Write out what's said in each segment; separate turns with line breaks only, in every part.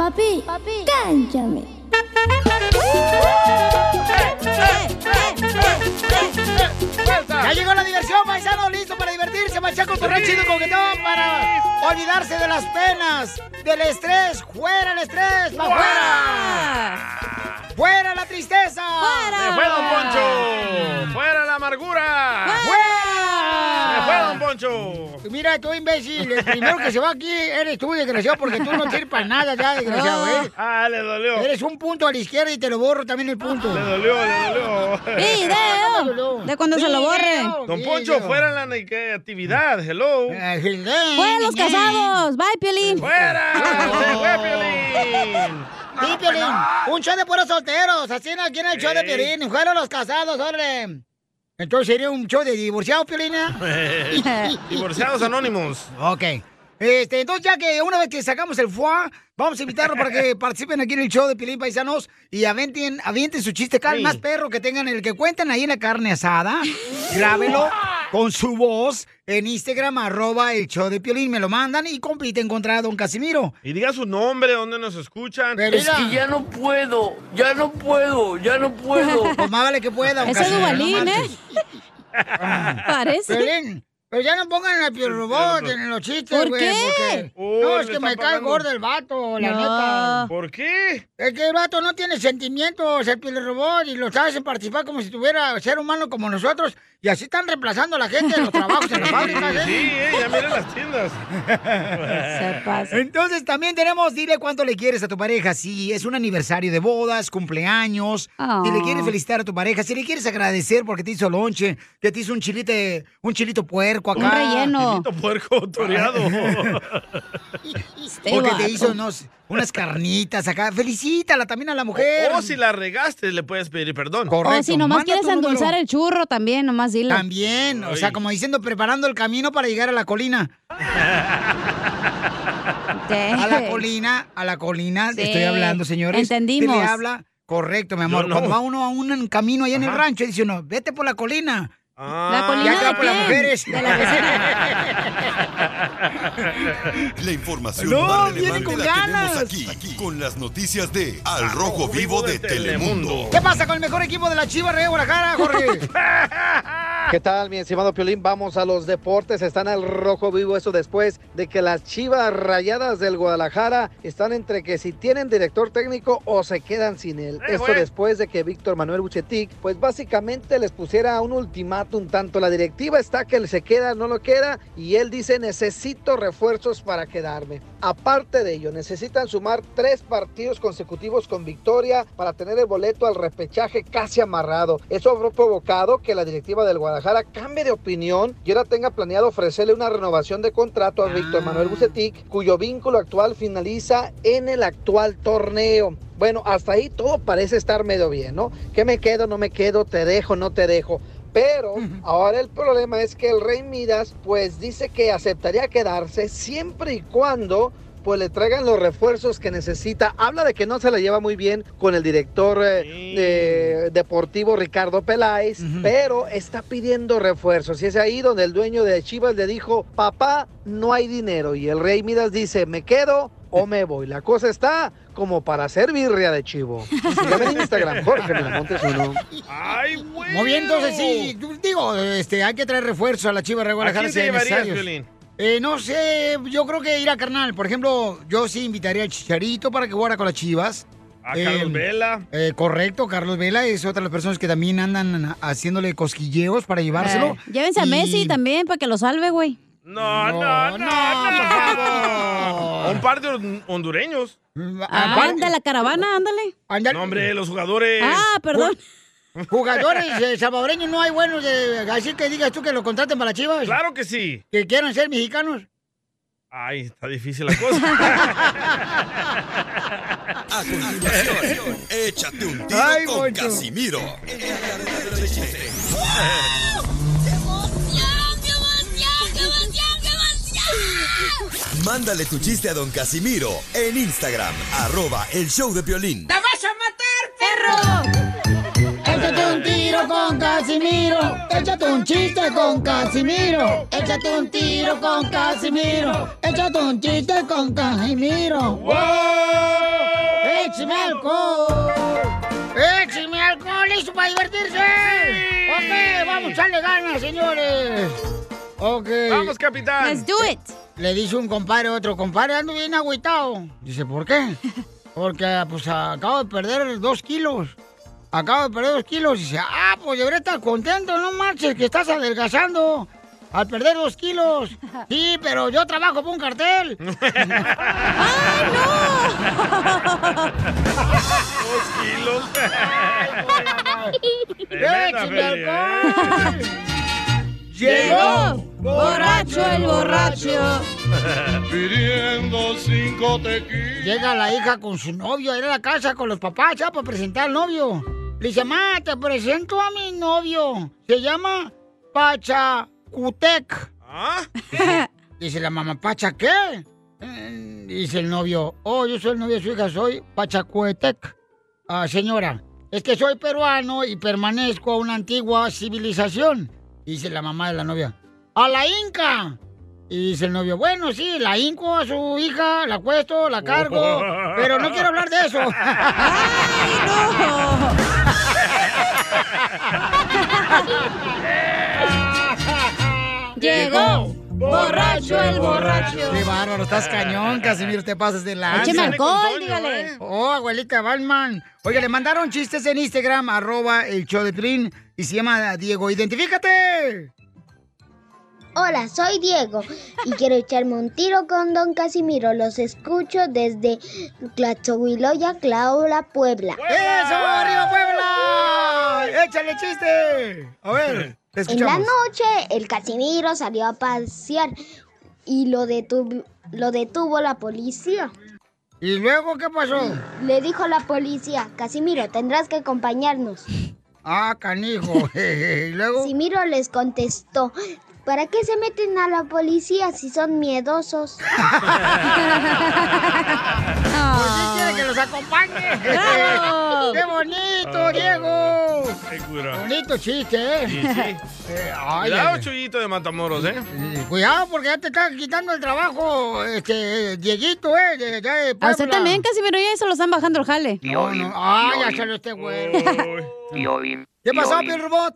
Papi, papi, cántame.
Ya llegó la diversión, paisano, listo para divertirse, machaco, torre chido, coquetón, para olvidarse de las penas, del estrés, fuera el estrés, pa' fuera. Fuera la tristeza.
¡Me fue Don Poncho! ¡Fuera la amargura!
¡Fuera!
¡Me fue Don Poncho!
Mira, tú imbécil, el primero que se va aquí eres tú, desgraciado, porque tú no sirves para nada ya, desgraciado,
No.
¿eh? Ah, le dolió. Eres un punto a la izquierda y te lo borro también el punto. Le
dolió, le dolió.
¡Video!
De cuando se lo borre.
Don Poncho, fuera la ne- que actividad, hello.
Eh,
¡Fuera los casados! ¡Bye, Piolín!
¡Fuera! ¡Se fue,
Piolín!
Ah,
Ah, pues
Sí, Piolín. Un show de puros solteros. Así no, aquí en el show de Piolín. Fueron los casados, órale. Entonces sería un show de divorciados, Piolina.
Divorciados Anónimos.
Ok. Este, entonces ya que una vez que sacamos el foie, vamos a invitarlos para que participen aquí en el show de Pilín Paisanos y aventen, avienten su chiste, cal,
Sí.
más perro que tengan, el que cuentan ahí en la carne asada, grábelo con su voz en Instagram, arroba el show de Piolín, me lo mandan y compiten contra Don Casimiro.
Y diga su nombre, dónde nos escuchan.
Es que ya
no puedo, ya no puedo, ya no
Pues más vale que pueda. don
Ese es
Casimiro,
Duvalín, ¿eh?
no marches.
Parece.
Piolín, pero ya no pongan al Piolrobot en los chistes,
¿Por
güey,
qué?
porque-
Oh,
no, es
le
que
está
me cae
pagando.
gordo el vato, la
No.
neta.
¿Por qué?
Es que el vato no tiene sentimientos, el Piolrobot, y los hacen participar como si tuviera ser humano como nosotros, y así están reemplazando a la gente en los trabajos, en las fábricas, ¿eh?
Sí, eh, ya miren las tiendas.
Entonces también tenemos, dile cuánto le quieres a tu pareja. Si es un aniversario de bodas, cumpleaños,
Ah.
si le quieres felicitar a tu pareja, si le quieres agradecer porque te hizo lonche, que te hizo un chilite, un chilito puerco acá.
Un relleno.
Chilito puerco toreado.
Porque te hizo unos- unas carnitas acá. Felicítala también a la mujer.
O si la regaste, le puedes pedir perdón.
o si nomás quieres endulzar el churro también, nomás dile.
También, o sea, como diciendo, preparando el camino para llegar a la colina. A la colina, a la colina,
Sí.
estoy hablando, señores.
Entendimos.
Se le habla, correcto, mi amor.
Yo no.
Cuando va uno a un camino allá en el
Ajá.
rancho, dice uno, vete por la colina.
Ah.
¿La colina
Ya que va
de
por las
quién?
mujeres.
De la
La información
No,
más
viene
relevante
con
la
ganas.
tenemos aquí, con las noticias de Al Rojo Vivo de Telemundo.
¿Qué pasa con el mejor equipo de la Chivas Rey Guadalajara, Jorge?
¿Qué tal, mi estimado Piolín? Vamos a los deportes. Están al rojo vivo eso después de que las chivas rayadas del Guadalajara están entre que si tienen director técnico o se quedan sin él. Esto
güey.
después de que Víctor Manuel Bucetic, pues básicamente les pusiera un ultimátum. Tanto la directiva está que él se queda, no lo queda, y él dice necesito refuerzos para quedarme. Aparte de ello, necesitan sumar tres partidos consecutivos con victoria para tener el boleto al repechaje casi amarrado. Eso habrá provocado que la directiva del Guadalajara cambie de opinión y ahora tenga planeado ofrecerle una renovación de contrato a Víctor Manuel Bucetic, cuyo vínculo actual finaliza en el actual torneo. Bueno, hasta ahí todo parece estar medio bien, ¿no? ¿Qué me quedo, no me quedo, te dejo, no te dejo? Pero ahora el problema es que el Rey Midas pues dice que aceptaría quedarse siempre y cuando pues le traigan los refuerzos que necesita. Habla de que no se la lleva muy bien con el director eh, eh, deportivo Ricardo Peláez, pero está pidiendo refuerzos. Y es ahí donde el dueño de Chivas le dijo, papá, no hay dinero. Y el Rey Midas dice, me quedo o me voy. La cosa está como para hacer birria de chivo. Sígame en Instagram, Jorge Miramontes uno.
Ay, güey.
Muy bien, entonces sí, tú- digo, este, hay que traer refuerzos a la Chivas Rey Guadalajara
quién
si
te
hay
llevarías,
necesarios.
Piolín?
Eh, no sé, yo creo que ir a carnal. Por ejemplo, yo sí invitaría al Chicharito para que jugara con las Chivas.
A Carlos Vela.
eh, correcto, Carlos Vela es otra de las personas que también andan haciéndole cosquilleos para llevárselo.
Eh, Llévense a
Y-
Messi también para que lo salve, güey.
No, no, no, no, por favor. Un par de hon- hondureños.
Ah, anda la caravana, ándale.
No, hombre, los jugadores.
Ah, perdón.
Jugadores eh, salvadoreños no hay buenos de así que digas tú que lo contraten para las Chivas.
Claro que sí.
Que quieran ser mexicanos.
Ay, está difícil la cosa.
A continuación, échate un tiro
Ay,
con
Poncho.
Casimiro. Mándale tu chiste a don Casimiro en Instagram, arroba el show de violín.
¡La vas a matar, perro! Échate un tiro con Casimiro. Échate un chiste con Casimiro. Échate un tiro con Casimiro. Échate un chiste con Casimiro. ¡Wow! ¡Échame alcohol! ¡Échame alcohol! ¡Listo para divertirse! ¡Ok! ¡Vamos a echarle ganas, señores! Ok.
Vamos, capitán.
Let's do it.
Le dice un compadre a otro compadre, ando bien agüitado. Dice, ¿por qué? Porque pues acabo de perder dos kilos. Acabo de perder dos kilos. Dice, ah, pues debería estar contento, no marches, que estás adelgazando. Al perder dos kilos. Sí, pero yo trabajo por un cartel.
Dos kilos. Tremenda
¡Écheme
feria, ¿eh?
alcohol! Llegó borracho el borracho.
Pidiendo cinco tequilas.
Llega la hija con su novio, era a la casa con los papás ya para presentar al novio. Le dice, ma, te presento a mi novio. Se llama Pachacutec.
¿Ah?
Dice la mamá, ¿Pacha qué? Eh, Dice el novio, oh, yo soy el novio de su hija, soy Pachacuetec. Ah, señora, es que soy peruano y permanezco a una antigua civilización. Dice la mamá de la novia, ¡a la Inca! Y dice el novio, bueno, sí, la inco a su hija, la acuesto, la cargo, pero no quiero hablar de eso.
Llegó borracho el borracho.
¡Qué bárbaro! Estás cañón, Casimiro, te pasas de la...
Écheme
Ándale con
alcohol,
Toño,
dígale.
¿eh?
Oh, abuelita Batman. Oiga, le mandaron chistes en Instagram, arroba el show de Piolín, y se llama Diego. ¡Identifícate!
Hola, soy Diego y quiero echarme un tiro con Don Casimiro. Los escucho desde Tlaxcohuiloya, Claola, Puebla.
¡Eso, arriba Puebla! ¡Échale chiste! A ver, te
En la
escuchamos.
noche, el Casimiro salió a pasear y lo detuvo, lo detuvo la policía.
¿Y luego qué pasó?
Le dijo la policía, Casimiro, tendrás que acompañarnos.
Ah, canijo. Eh, ¿Y luego?
Casimiro les contestó, ¿para qué se meten a la policía si son miedosos?
¿Por qué quiere que los acompañe?
¡Bravo!
¡Qué bonito, Diego!
Segura.
Bonito chiste,
Ah, Sí,
¿eh?
sí.
Eh, ay,
Cuidado,
ay, ay.
Chuyito de Matamoros, ¿eh?
Eh, Cuidado, porque ya te están quitando el trabajo, este, eh, Dieguito, ¿eh? De, ya de
A
Puebla.
usted Ah, también, Casimiro, ya se lo están bajando el jale.
No, no. Ay, ya salió este güey.
Uy.
Piolín,
¿Qué pasó,
Piolín?
Piel Robot?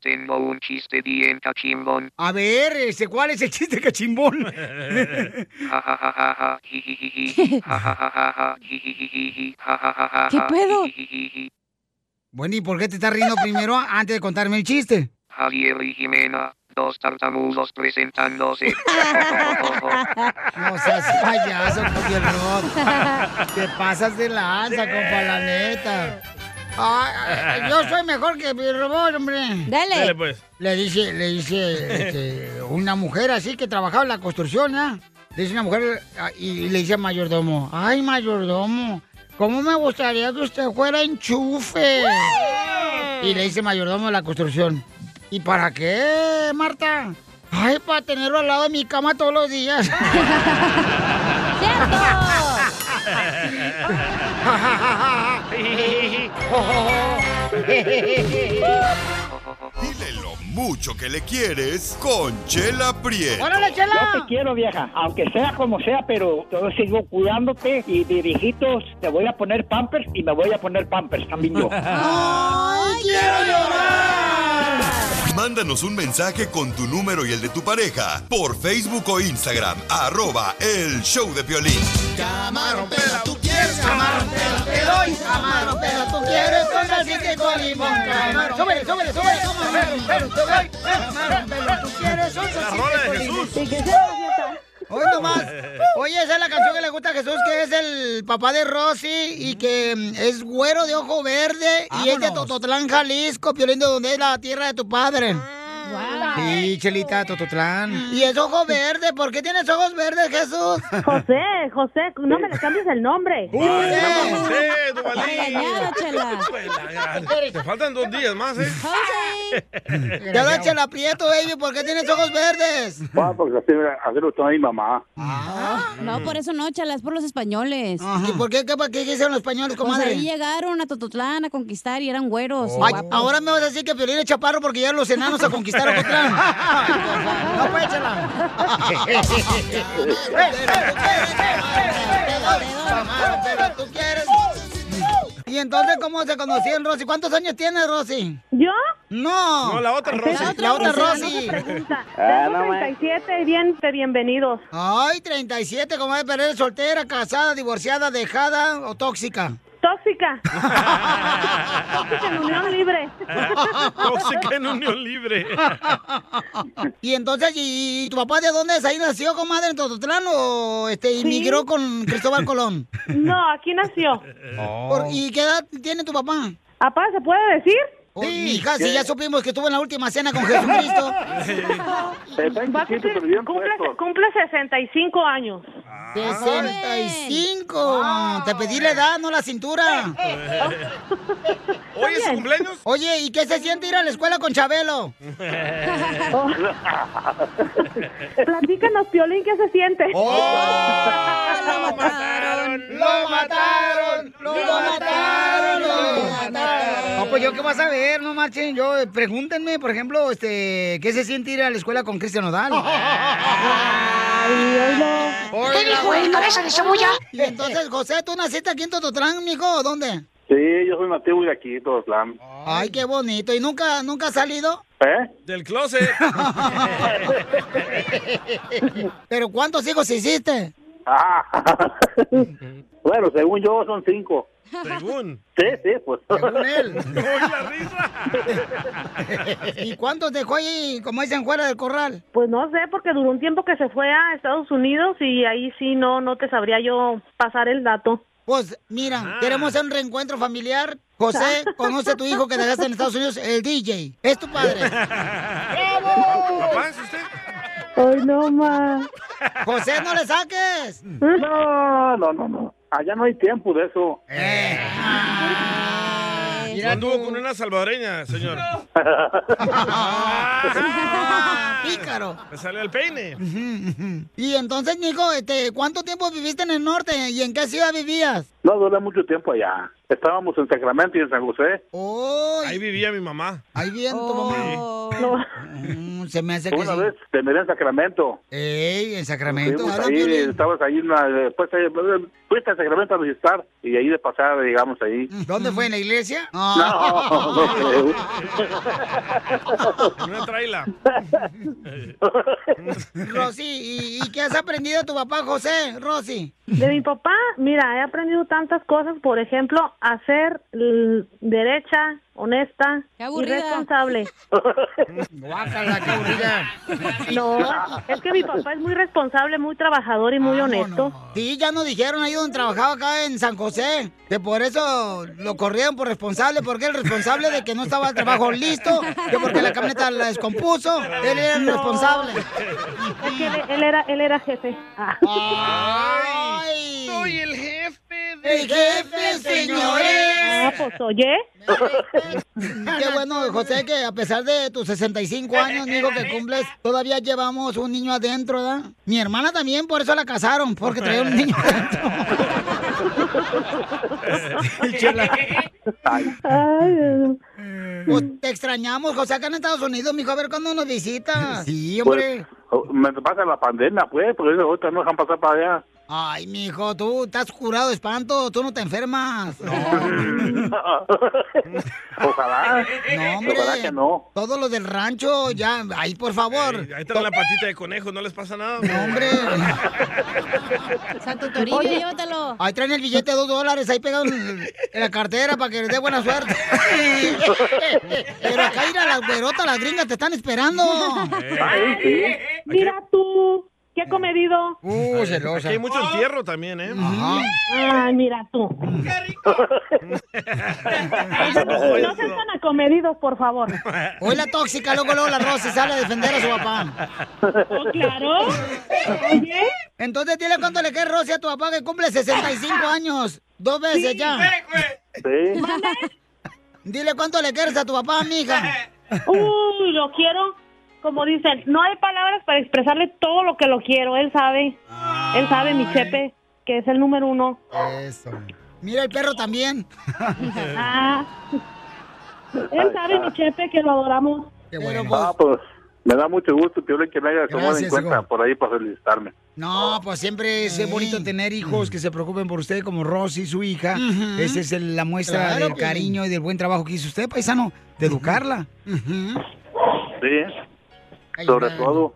Tengo un chiste bien cachimbón.
A ver, este, ¿cuál es el chiste cachimbón?
Ja, ja, ja, ja, ja, ji, ji, ji, ji. Ja, ja, ja, ja, ja, ji, ji, ji, ji, ji. Ja, ja, ja, ja,
¿Qué
ja,
pedo?
ji, ji, ji, ji.
Bueno, ¿y por qué te estás riendo primero antes de contarme el chiste?
Javier y Jimena, dos tartamudos presentándose.
No seas payaso, Piel Robot. Te pasas de lanza, compa, la neta. Ay, ay, yo soy mejor que Piel Robot, hombre.
Dale,
Dale.
pues.
Le dice, le dice este, una mujer así que trabajaba en la construcción, ¿ya? Le dice una mujer ah, y, y le dice al mayordomo, ay mayordomo, ¿cómo me gustaría que usted fuera enchufe? Y le dice el mayordomo de la construcción, ¿y para qué, Marta? Ay, para tenerlo al lado de mi cama todos los días.
¡Cierto!
Dile lo mucho que le quieres con Chela Prieto.
¡Órale, chela!
quiero, vieja, aunque sea como sea, pero yo sigo cuidándote y de viejitos te voy a poner pampers y me voy a poner pampers también yo.
¡Ay, quiero llorar!
Mándanos un mensaje con tu número y el de tu pareja por Facebook o Instagram, arroba el show de violín.
Camarón, pero tú
quieres camarón, pero te doy camarón, pero tú quieres con aceite con limón, camarón. Súbele, súbele, súbele, camarón, pero te doy camarón, pero tú quieres un aceite con limón. Hoy nomás. Oye, esa es la canción que le gusta a Jesús, que es el papá de Rosy y que mm, es güero de ojo verde y es de Tototlán, Jalisco, Piolindo, donde es la tierra de tu padre. Sí, Chelita, Tototlán. Y es ojo verde, ¿por qué tienes ojos verdes, Jesús?
José, José, no me le cambies el nombre.
José,
Duvalín.
Te faltan dos días más, ¿eh?
Te habla Chela Prieto, baby, ¿por qué tienes ojos verdes?
Ah, porque así, así lo toma mi mamá.
Ah, No, por eso no, chala, es por los españoles.
¿Y por qué, qué, qué hicieron los españoles, comadre?
Pues ahí llegaron a Tototlán a conquistar y eran güeros.
Ay, ahora me vas a decir que Piolín es chaparro porque ya los enanos a conquistar a Ocotlán. No puede, Chela. tú quieres. ¿Y entonces cómo se conocían, Rosy? ¿Cuántos años tienes, Rosy?
¿Yo? Pues,
No. No, la otra Rosy. Ah, La otra Rosy.
Tengo 37, bien, te bienvenidos.
Ay, 37, como es, pero eres soltera, casada, divorciada, dejada o tóxica.
Tóxica. tóxica en unión libre.
Tóxica en unión libre.
y entonces, ¿y, y tu papá de dónde es? ¿Ahí nació, comadre, en Tototlán o este, inmigró con Cristóbal Colón?
No, aquí nació.
Por- ¿Y qué edad tiene tu papá?
¿Papá, se puede decir?
sí, hija, si ya supimos que estuvo en la última cena con Jesucristo.
Va a cumplir- cumple, cumple 65 años. Ah,
Ah. 65. Te pedí la edad, no la cintura.
Eh,
Oye, ¿su cumpleaños? Oye, ¿y qué se siente ir a la escuela con Chabelo?
Platícanos, Piolín, ¿qué se siente?
Oh.
Oh,
¡Lo mataron! ¡Lo mataron! ¡Lo mataron! ¡Lo mataron! No, pues yo qué vas a ver, no marchen. Yo, eh, pregúntenme, por ejemplo, este, ¿qué se siente ir a la escuela con Cristian Odal?
¿Qué dijo el cabeza de cebolla?
Y entonces, José, ¿tú naciste aquí en Tototlán, mijo? ¿O ¿Dónde?
Sí, yo soy nativo de aquí, Todotlán.
Ay, qué bonito. ¿Y nunca, nunca has salido?
¿Eh?
Del closet.
¿Pero cuántos hijos hiciste?
Ah. bueno, según yo son cinco.
Según.
Sí, sí, pues.
Según él. ¿Y cuántos dejó ahí, como dicen, fuera del corral?
Pues no sé, porque duró un tiempo que se fue a Estados Unidos y ahí sí no, no te sabría yo pasar el dato.
Pues mira, queremos hacer un reencuentro familiar. José, conoce a tu hijo que dejaste en Estados Unidos, el DJ. Es tu padre.
¿Papá es usted?
Ay, no ¿Eh? más.
José, no le saques.
No, no, no, no. Allá no hay tiempo de eso.
Eh.
Yo anduvo con una salvadoreña, señor.
Pícaro.
Me sale el peine.
Y entonces, Nico, este, ¿cuánto tiempo viviste en el norte y en qué ciudad vivías?
No duré mucho tiempo allá. Estábamos en Sacramento y en San José.
Ahí vivía mi mamá.
Ahí bien, tu mamá. se me hace que
Una
sí.
vez te miré en Sacramento.
Ey, en Sacramento.
Fuimos
habla
ahí,
Piolín.
estabas ahí, en una, después eh, fuiste a Sacramento a visitar y ahí de pasada llegamos ahí.
¿Dónde fue? ¿En la iglesia?
No, no creo.
Una traila.
Rosy, ¿y, y qué has aprendido de tu papá José, Rosy?
De mi papá, mira, he aprendido tantas cosas, por ejemplo, a ser l- derecha, honesta y
aburrida.
responsable. No, es que mi papá es muy responsable, muy trabajador y muy honesto.
Ah, Sí, ya nos dijeron ahí donde trabajaba acá en San José, que por eso lo corrieron por responsable, porque el responsable de que no estaba el trabajo listo, que porque la camioneta la descompuso, él era el
No.
responsable.
Es que él, él era, él era jefe. Ah.
Soy
el jefe
de jefe,
Ah, pues oye.
Qué bueno, José, que a pesar de tus 65 años, digo que cumples, todavía llevamos un niño adentro, ¿verdad? Mi hermana también, por eso la casaron, porque traía un niño adentro. Pues, te extrañamos, José, acá en Estados Unidos, mijo, a ver cuándo nos visitas. Sí, hombre.
Pues, oh, me pasa la pandemia, pues, porque ahorita no dejan pasar para allá.
Ay, mijo, tú estás curado de espanto, tú no te enfermas.
Ojalá.
No, hombre.
Ojalá que no.
Todos los del rancho, ya, ahí por favor.
Ahí está la patita de conejo, no les pasa nada.
No, hombre.
Santo Toribio,
Oye.
llévatalo.
Ahí traen el billete de dos dólares, ahí pegado en, en la cartera para que les dé buena suerte. Pero acá ir a las güerotas, las gringas te están esperando.
Ay, sí.
Mira tú, qué comedido.
Uh,
Aquí hay mucho entierro también, ¿eh?
Ay, mira tú. No sean tan acomedidos, por favor.
Hoy la tóxica, luego luego la Rosy sale a defender a su papá.
claro.
Oye. Entonces dile cuánto le queda Rosy a tu papá que cumple 65 años. Dos veces ya.
Sí.
Dile cuánto le quieres a tu papá, mija.
Uy, lo quiero. Como dicen, no hay palabras para expresarle todo lo que lo quiero. Él sabe. Él sabe, mi chepe, que es el número uno.
Eso. Mira el perro también.
Ah. Él sabe, mi chepe, que lo adoramos.
Ah, pues me da mucho gusto, Piolín, que me haya tomado en
Gracias,
cuenta por ahí para felicitarme.
No, pues siempre es bonito tener hijos que se preocupen por usted, como Rosy, su hija.
Ujú.
Esa es el- la muestra
Claro,
del
Piolín.
cariño y del buen trabajo que hizo usted, paisano, de educarla.
Sí, ¿eh?
Ay,
sobre
no.
todo.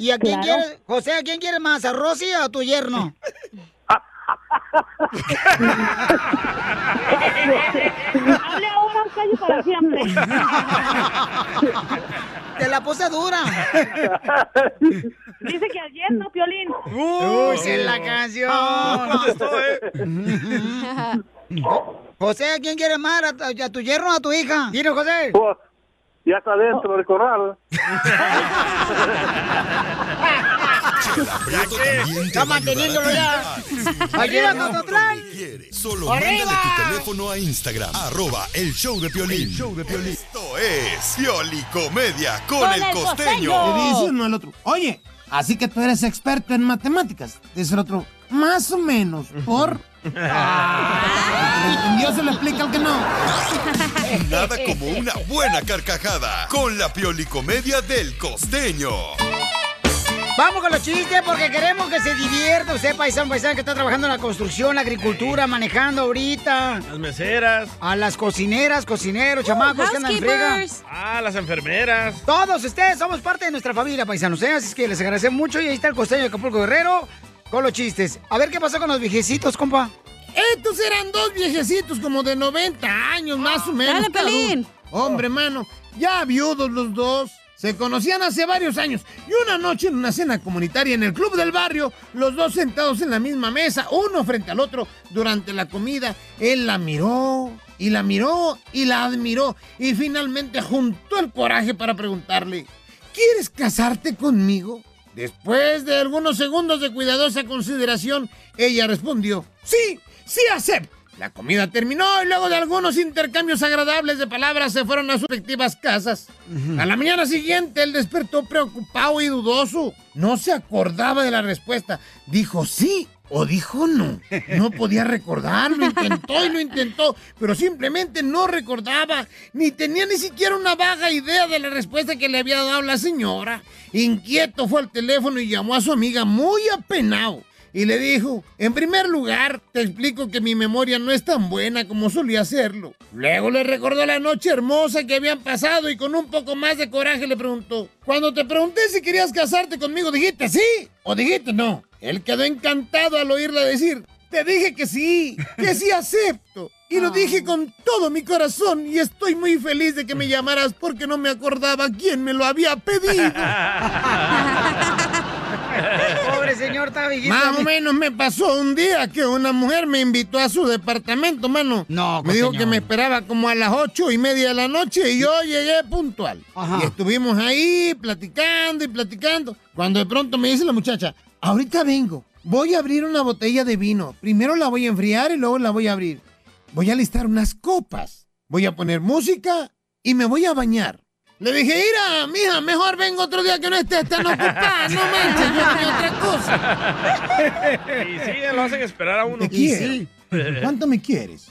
¿Y a quién
Claro.
quieres, José, a quién quieres más, a Rosy o a tu yerno?
Hable ahora, calle para siempre.
Te la puse dura.
Dice que ayer no, Piolín.
Uy, sí, la canción. Jo- José, ¿a quién quieres más, a, tu- a tu yerno o a tu hija? Dino, José.
Pues, Ya está dentro del corral.
Prieto también te
Está
va a
manteniéndolo ya.
ayudar a ti.
¡Arriba, Mazatlán!
Solo
¡Arriba!
mándale tu teléfono a Instagram, arroba el show de Piolín. Esto es Pioli Comedia con, el costeño.
Le dice uno al otro, oye, así que tú eres experto en matemáticas. Dice el otro, más o menos, por...
Ah.
Dios se lo explica al que no.
Nada como una buena carcajada con la Pioli Comedia del costeño.
Vamos con los chistes porque queremos que se divierta usted, paisano, paisano, que está trabajando en la construcción, la agricultura, manejando ahorita.
Las meseras.
A las cocineras, cocineros, chamacos que andan en frega.
Ah, las enfermeras.
Todos ustedes somos parte de nuestra familia, paisanos, ¿eh? Así es que les agradecemos mucho y ahí está el costeño de Acapulco Guerrero con los chistes. A ver qué pasó con los viejecitos, compa.
Estos eran dos viejecitos como de 90 años, más o menos.
dale,
cada uno.
Pelín.
Hombre, mano, ya viudos los dos. Se conocían hace varios años y una noche en una cena comunitaria en el club del barrio, los dos sentados en la misma mesa, uno frente al otro, durante la comida, él la miró y la miró y la admiró y finalmente juntó el coraje para preguntarle, ¿quieres casarte conmigo? Después de algunos segundos de cuidadosa consideración, ella respondió, sí, sí acepto. La comida terminó y luego de algunos intercambios agradables de palabras se fueron a sus respectivas casas. A la mañana siguiente él despertó preocupado y dudoso. No se acordaba de la respuesta. Dijo sí o dijo no. No podía recordar, lo intentó y lo intentó, pero simplemente no recordaba, ni tenía ni siquiera una vaga idea de la respuesta que le había dado la señora. Inquieto fue al teléfono y llamó a su amiga muy apenado y le dijo, en primer lugar, te explico que mi memoria no es tan buena como solía serlo. Luego le recordó la noche hermosa que habían pasado y con un poco más de coraje le preguntó, cuando te pregunté si querías casarte conmigo, dijiste sí o dijiste no. Él quedó encantado al oírla decir, te dije que sí, que sí acepto. Y lo dije con todo mi corazón y estoy muy feliz de que me llamaras porque no me acordaba quién me lo había pedido.
Pobre señor, está viejito.
Más o menos me pasó un día que una mujer me invitó a su departamento, mano. No, Me dijo que me esperaba como a las ocho y media de la noche y yo llegué puntual. Y estuvimos ahí platicando y platicando. Cuando de pronto me dice la muchacha, ahorita vengo, voy a abrir una botella de vino. Primero la voy a enfriar y luego la voy a abrir. Voy a listar unas copas, voy a poner música y me voy a bañar. Le dije, mira, mija, mejor vengo otro día que no estés tan ocupada, no manches, yo tengo otra cosa.
Y sí, lo hacen esperar a uno.
Te quiero. ¿Cuánto me quieres?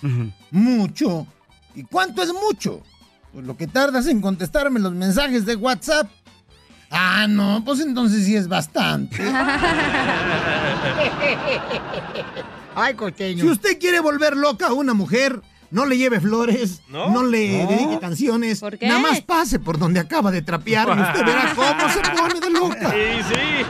Mucho. ¿Y cuánto es mucho? Pues lo que tardas en contestarme los mensajes de WhatsApp. Ah, no, pues entonces sí es bastante.
Ay, costeño.
Si usted quiere volver loca a una mujer, no le lleve flores, no, le
No.
dedique canciones.
qué?
Nada más pase por donde acaba de trapear y usted verá cómo se pone de loca.
Sí, sí.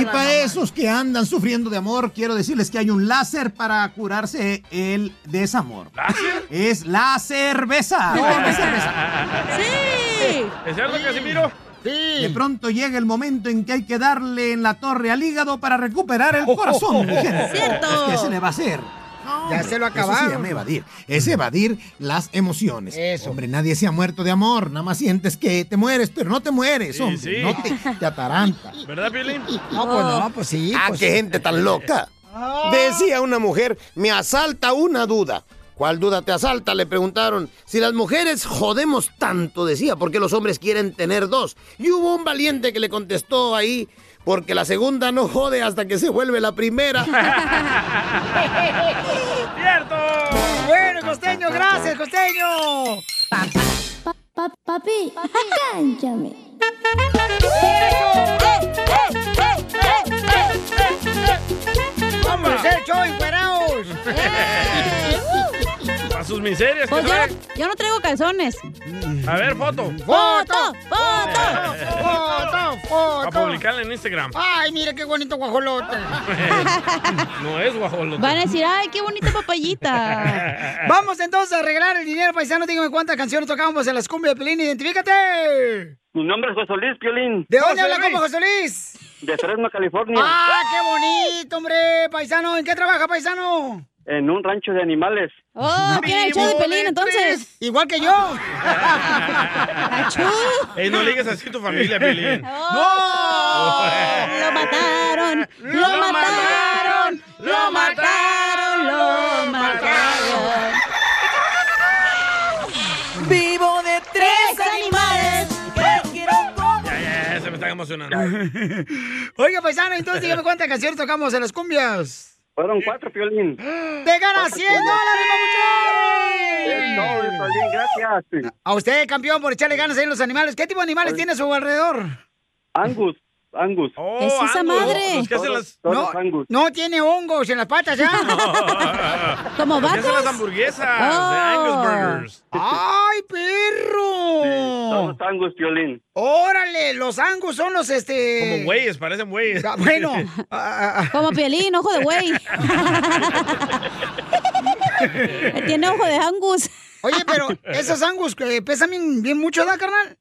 Y para esos que andan sufriendo de amor, quiero decirles que hay un láser para curarse el desamor. ¿Láser? Es la cerveza. No, no es cerveza.
¡Sí! ¿Es cierto, Casimiro?
De pronto llega el momento en que hay que darle en la torre al hígado para recuperar
Oh.
el corazón. mi gente.
Cierto.
¿Qué se le va a hacer? No,
Ya
hombre,
se lo
eso se
acabaron.
llama evadir. Es evadir las emociones. Hombre, nadie se ha muerto de amor. Nada más sientes que te mueres, pero no te mueres,
Sí,
hombre.
sí.
No te, te ataranta.
¿Verdad, Piolín?
No, pues no, pues sí. Ah.
Ah,
pues-
qué gente tan loca. Decía una mujer, me asalta una duda. ¿Cuál duda te asalta? Le preguntaron. Si las mujeres jodemos tanto, decía, porque los hombres quieren tener dos. Y hubo un valiente que le contestó ahí, porque la segunda no jode hasta que se vuelve la primera.
¡Cierto! Bueno, costeño, gracias, costeño.
Papi, cánchame.
¡Vamos a hacer show encueraos!
Para sus miserias que
Pues yo,
trae.
no- yo no traigo calzones.
A ver, foto.
¡Foto!
Para
¡Foto! ¡Foto!
publicarla en Instagram.
¡Ay, mira qué bonito guajolote!
No es guajolote.
Van a decir, ay, qué bonita papayita.
Vamos entonces a arreglar el dinero, paisano. Dígame cuántas canciones tocamos en las cumbias de Pelín. ¡Identifícate!
Mi nombre es José Luis Piolín.
¿De dónde habla como José Luis?
De Fresno, California.
¡Ah, qué bonito, hombre! Paisano, ¿en qué trabaja, paisano?
En un rancho de animales.
¡Oh,
¿qué era el show de Pelín entonces? Igual que yo.
Ey, no ligues así a tu familia, Piolín.
Oh.
Oh.
¡No!
¡Lo mataron! ¡Lo mataron! ¡Lo mataron! ¡Lo mataron!
Vivo de tres animales que quiero comer.
Ya, ya, ya, se me están emocionando.
Oiga, paisano, entonces dígame cuántas canciones tocamos en las cumbias.
Fueron cuatro, Piolín.
¡Te ganas 100 dólares,
Eso, Piolín, gracias.
¡Eh! A usted, campeón, por echarle ganas ahí a los animales. ¿Qué tipo de animales tiene a su alrededor?
Angus, Angus.
Oh,
¿Qué es esa Angus, madre? los que hacen las-
Todos, todos Angus.
No tiene hongos en las patas ya.
¿Como
Los que hacen vacas? las hamburguesas, de Angus Burgers.
Ah. ¡Ay,
Sí,
perro!
todos Angus, Piolín.
Órale, los angus son los este.
Como güeyes, parecen güeyes.
Ah, Bueno,
Como Piolín, ojo de güey. Tiene ojo de angus.
Oye, pero esos angus que pesan bien, bien mucho, ¿da, carnal?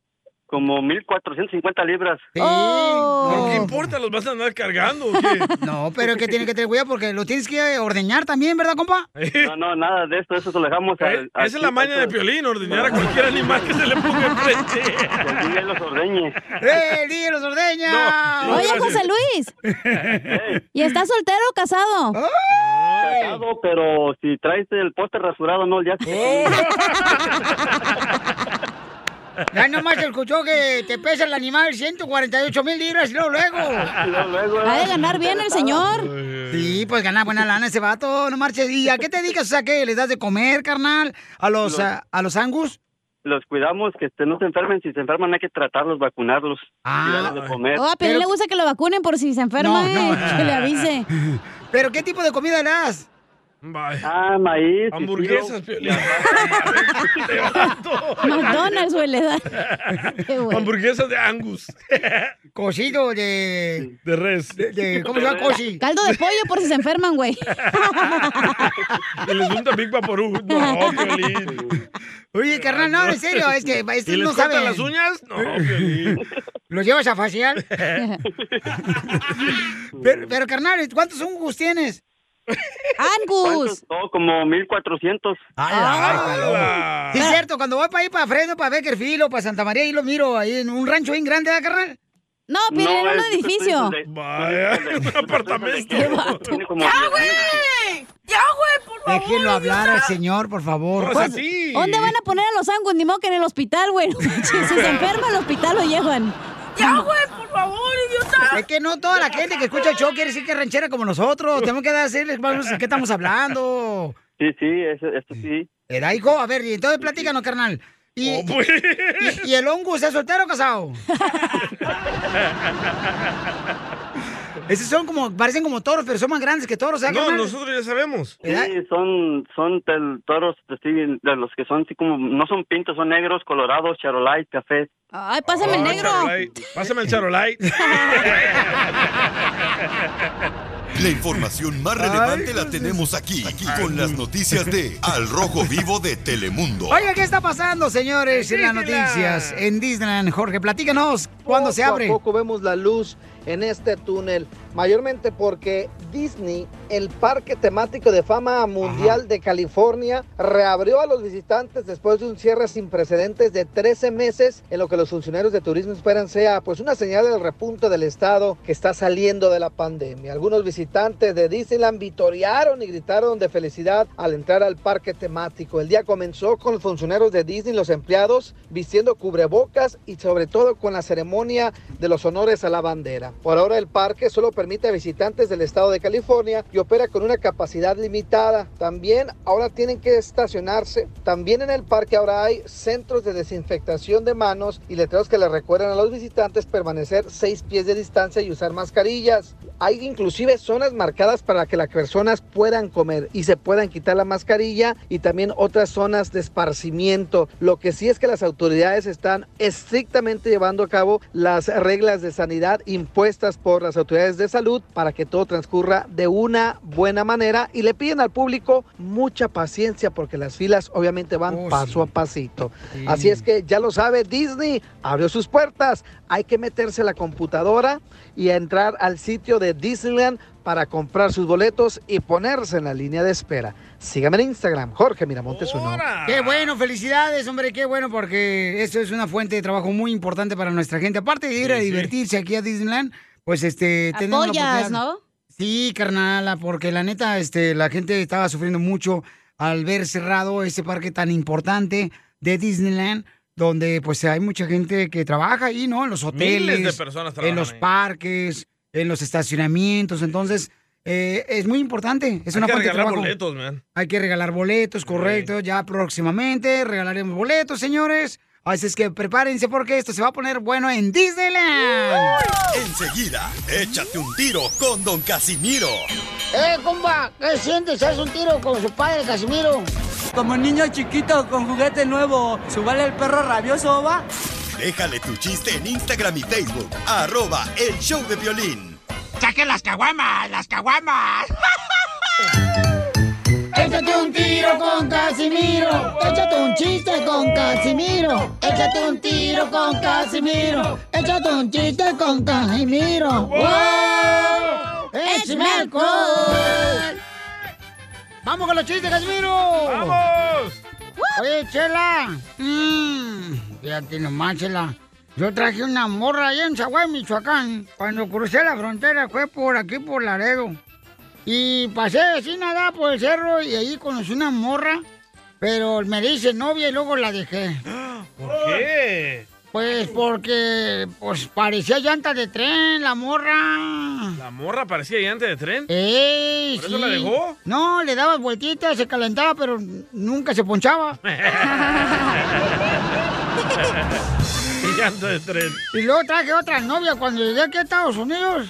Como 1450 libras.
¿Pero Oh. qué importa? ¿Los vas a andar cargando o qué?
No, pero que tiene que tener cuidado porque lo tienes que ordeñar también, ¿verdad, compa?
No, no, nada de esto, eso se lo dejamos al-
Eh,
al- este.
Esa es la maña de Piolín, ordeñar a cualquier animal que se le ponga enfrente.
Que los ordeñe.
¡Eh, el DJ los ordeña!
Oye, José Luis. ¿Y estás soltero o casado?
Casado, pero si traes el poste rasurado, no, ya se...
Ya nomás se escuchó que te pesa el animal 148 mil libras y luego luego.
Ha de ganar bien el señor.
Sí, pues gana buena lana ese vato, no marches. ¿Y a qué te dedicas? O sea, ¿qué les das de comer, carnal? ¿A los, a, a los angus?
Los cuidamos, que este, no se enfermen. Si se enferman, hay que tratarlos, vacunarlos. Ah, de comer.
Oh, a Piolín le gusta que lo vacunen por si se enferma,
No,
eh,
no.
que le avise.
¿Pero qué tipo de comida le das?
Ah, maíz.
Hamburguesas, Piolín.
McDonald's o le da.
Hamburguesas de Angus.
Cocido de...
De res.
¿Cómo se llama? Cosi.
Caldo de pollo por si se enferman, güey.
Y les unta Big Vaporú. No, Piolín.
Oye, carnal, no, en serio, es que este
¿Y les
no sabe.
cortan las uñas? No, Piolín.
¿Lo llevas a facial? pero, pero, carnal, ¿cuántos angus tienes?
¡Angus!
No, como 1400.
Ah.
Sí, es cierto, cuando voy para ahí, para Fresno, para Beckerfield o para Santa María, ahí lo miro, ahí en un rancho bien grande, ¿verdad, carnal?
No,
pero
pero
No, en un
en un
es que estoy edificio.
edificio.
donde-
Vaya, un apartamento.
Tiene como
¡Ya,
10,000.
güey! ¡Ya, güey! Por favor.
Déjenlo hablar al señor, por favor.
Pues, ¿Dónde van a poner a los angus? Ni modo que en el hospital, güey. Si
Ah.
se enferma, al hospital lo llevan.
Ya,
güey, por favor, idiota.
Es que no toda la gente que escucha el show quiere decir que es ranchera como nosotros. Tenemos que decirles, vamos, ¿de qué estamos hablando?
Sí, sí, eso, eso sí.
Era hijo, a ver, y entonces platícanos, carnal. Y, y- y el hongus es soltero o casado. Esos son como, parecen como toros, pero son más grandes que toros. ¿eh,
No,
carnal?
nosotros ya sabemos.
¿Verdad?
Sí, son, son tel- toros así, de los que son así como, no son pintos, son negros, colorados, charolais, cafés.
Ay, pásame el
Oh,
negro.
Charolais.
Pásame el
Eh,
charolai.
La información más relevante la tenemos aquí, aquí, con las noticias de Al Rojo Vivo de Telemundo.
Oiga, ¿qué está pasando, señores, en las noticias? En Disneyland, Jorge, platícanos, ¿cuándo se
Poco a
abre?
poco vemos la luz en este túnel, mayormente porque Disney, el parque temático de fama mundial de California, reabrió a los visitantes después de un cierre sin precedentes de 13 meses, en lo que los funcionarios de turismo esperan sea pues una señal del repunte del estado que está saliendo de la pandemia. Algunos visitantes de Disneyland vitorearon y gritaron de felicidad al entrar al parque temático. El día comenzó con los funcionarios de Disney, los empleados vistiendo cubrebocas y sobre todo con la ceremonia de los honores a la bandera. Por ahora el parque solo permite a visitantes del estado de California y opera con una capacidad limitada. También ahora tienen que estacionarse. También en el parque ahora hay centros de desinfectación de manos y letreros que le recuerdan a los visitantes permanecer seis pies de distancia y usar mascarillas. Hay inclusive zonas marcadas para que las personas puedan comer y se puedan quitar la mascarilla y también otras zonas de esparcimiento. Lo que sí es que las autoridades están estrictamente llevando a cabo las reglas de sanidad impuestas por las autoridades de salud para que todo transcurra de una buena manera y le piden al público mucha paciencia porque las filas obviamente van paso a pasito. Así es que ya lo sabe Disney, abrió sus puertas, hay que meterse a la computadora y entrar al sitio de Disneyland para comprar sus boletos y ponerse en la línea de espera. Sígame en Instagram, Jorge Miramontes uno.
Qué bueno, felicidades, hombre, qué bueno, porque eso es una fuente de trabajo muy importante para nuestra gente. Aparte de ir a divertirse aquí a Disneyland, pues este, tenemos la
Apoyas,
oportunidad-
¿no?
Sí, carnala, porque la neta, este, la gente estaba sufriendo mucho al ver cerrado ese parque tan importante de Disneyland, donde pues hay mucha gente que trabaja ahí, ¿no? En los hoteles,
Miles de personas trabajan
en los
ahí.
parques, en los estacionamientos. Entonces, eh, es muy importante. Es
Hay
una
que
fuente de
regalar
trabajo.
boletos, man.
Hay que regalar boletos, correcto. Ya próximamente regalaremos boletos, señores. Así es que prepárense porque esto se va a poner bueno en Disneyland.
Enseguida, échate un tiro con Don Casimiro.
¡Eh, comba! ¿Qué sientes? ¿Haz un tiro con su padre, Casimiro?
Como niño chiquito con juguete nuevo, ¿subale el perro rabioso va?
Déjale tu chiste en Instagram y Facebook, arroba el show de violín.
¡Saque las caguamas, las caguamas!
Échate un tiro con Casimiro. Échate un chiste con Casimiro. Échate un tiro con Casimiro. Échate un chiste con Casimiro.
¡Wow!
¡Échame alcohol! ¡Vamos con los chistes, Casimiro! ¡Vamos! Oye, Chela. Mm, fíjate nomás, Chela. Yo traje una morra allá en Zaguay, Michoacán. Cuando crucé la frontera fue por aquí, por Laredo. Y pasé sin nada por el cerro y ahí conocí una morra. Pero me dice novia y luego la dejé.
¿Por qué?
Pues porque pues parecía llanta de tren, la morra.
La morra parecía llanta de tren.
¡Ey!
¿Por eso
Eh, sí.
la dejó?
No, le daba vueltitas, se calentaba, pero nunca se ponchaba.
llanta de tren.
Y luego traje otra novia cuando llegué aquí a Estados Unidos.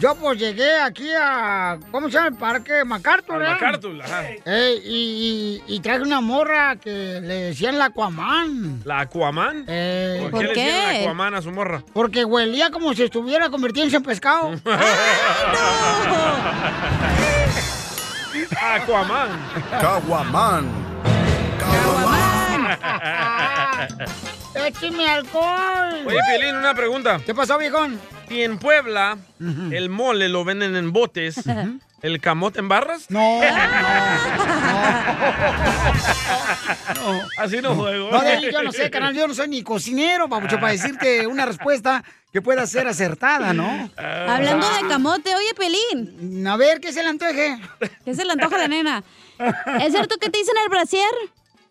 Yo pues llegué aquí a. ¿Cómo se llama? El parque MacArthur,
Al
¿verdad?
MacArthur, ajá.
Ey, y, y- y traje una morra que le decían la Aquaman.
¿La Aquaman?
Eh,
¿Por qué le decían la Aquaman a su morra?
Porque huelía como si estuviera convirtiéndose en pescado.
Aquaman.
Caguamán.
Ah.
¡Écheme alcohol!
Oye, Piolín, una pregunta.
¿Qué pasó, viejón?
Si en Puebla el mole lo venden en botes, ¿el camote en barras?
No.
Así no juego.
No, de ahí yo no sé, canal, yo no soy ni cocinero, papucho, para decirte una respuesta que pueda ser acertada, ¿no?
Ah. Hablando de camote, oye, Pelín.
Ah. Mm, A ver, ¿qué se le antoje?
¿Qué se le antoja a la nena? ¿Es cierto que te dicen el brasier?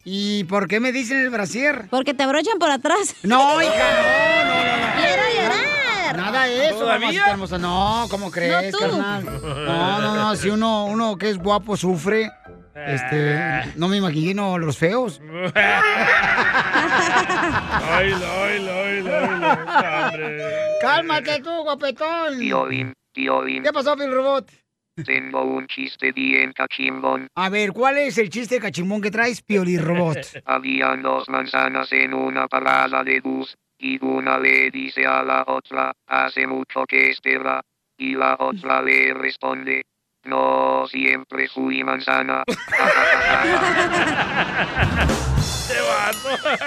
¿Y por qué me dicen el brasier?
Porque te abrochan por atrás.
No, hija, no, no, no.
Quiero
llorar. Nada de eso,
¿Todavía?
mamacita hermosa. No, ¿cómo crees,
tú.
carnal? No, no, no. Si uno, uno que es guapo sufre, Este, no me imagino los feos.
Ay, ay, ay,
Cálmate tú, guapetón.
Tío Bim, tío Bim,
¿Qué pasó, Phil Robot?
tengo un chiste bien cachimbón.
A ver, ¿cuál es el chiste cachimón que traes, Pioli Robot?
Habían dos manzanas en una parada de bus, y una le dice a la otra, hace mucho que espera, y la otra le responde, no siempre fui manzana.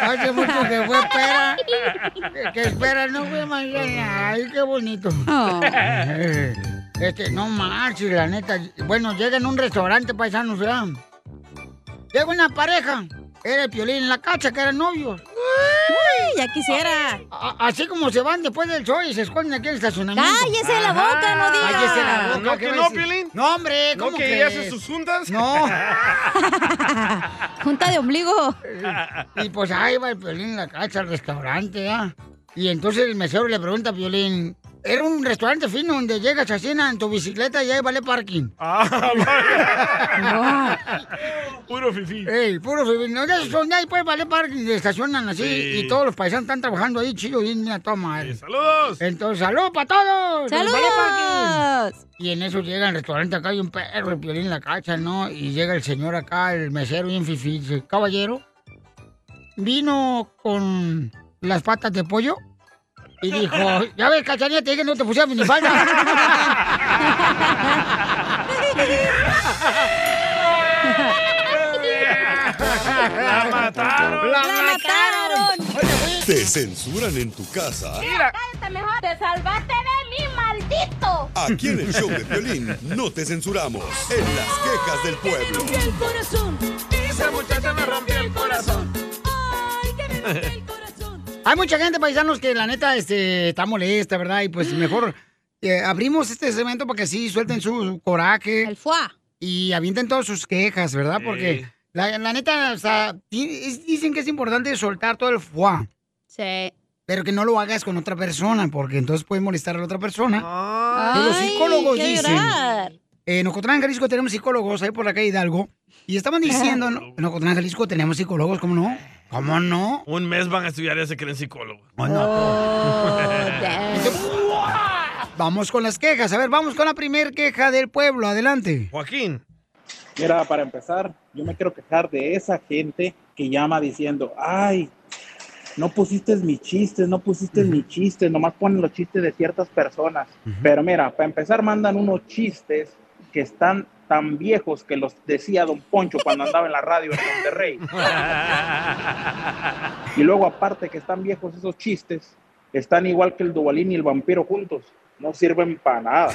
Hace mucho que fue pera. Pues Que espera, no fue mañana. Ay, qué bonito.
Oh.
Este, no marches, la neta. Bueno, llega en un restaurante paisanos, ¿verdad? Llega una pareja. Era el piolín en la cacha, que eran novios. Uy, ya quisiera. así como se van después del show y se esconden aquí en el estacionamiento.
Cállese la boca, no diga.
Cállese la boca.
¿No
¿qué
que
va a
no,
decir?
Piolín?
No, hombre,
¿No
¿cómo
que
crees?
ella hace sus
juntas?
No.
Junta de ombligo.
Y pues ahí va el Piolín en la cacha al restaurante, ¿ah? Y entonces el mesero le pregunta a Piolín, era un restaurante fino donde llegas a cena en tu bicicleta y ahí vale parking.
Ah,
Puro fifí.
Ey, puro fifí. No, de esos donde hay pues vale parking, se estacionan así
Sí.
y todos los paisanos están trabajando ahí, chido, y mira, toma.
¡Saludos!
Entonces, ¡salud para todos! los vale
¡Saludos!
parking. Y en eso llega al restaurante, acá hay un perro, el Piolín en la cacha, ¿no? Y llega el señor acá, el mesero bien fifí, dice, caballero, vino con las patas de pollo y dijo, ya ves, cachanilla, te dije que no te pusieras minifalda.
¡La mataron!
¡La
¿Te censuran en tu casa?
Cállate mejor, te salvaste de mí, maldito.
Aquí en el show de violín no te censuramos. En las quejas del pueblo.
El corazón. Esa muchacha me rompió el corazón.
Hay mucha gente, paisanos, que la neta este, está molesta, ¿verdad? Y pues mejor eh, abrimos este segmento para que sí suelten su coraje. El fuá. Y avienten todas sus quejas, ¿verdad? Porque
Sí.
la, la neta, o sea, di- es- dicen que es importante soltar todo el fuá. Sí. Pero que no lo hagas con otra persona, porque entonces puedes molestar a la otra persona. Y Ah. los
Ay,
psicólogos
quiero
dicen.
llorar.
En Ocotlán, Jalisco tenemos psicólogos ahí por la calle Hidalgo. Y estaban diciendo, ¿no? en Ocotlán, Jalisco tenemos psicólogos, ¿cómo no? ¿Cómo no?
Un mes van a estudiar y ya se creen psicólogos.
Oh, Vamos con las quejas. A ver, vamos con la primer queja del pueblo. Adelante.
Joaquín.
Mira, para empezar, yo me quiero quejar de esa gente que llama diciendo, ay, no pusiste mi chiste, no pusiste mi chiste, nomás ponen los chistes de ciertas personas. Pero mira, para empezar mandan unos chistes que están tan viejos que los decía don Poncho cuando andaba en la radio en Monterrey. Y luego aparte que están viejos esos chistes, están igual que el Dubalín y el vampiro juntos. No sirven para nada.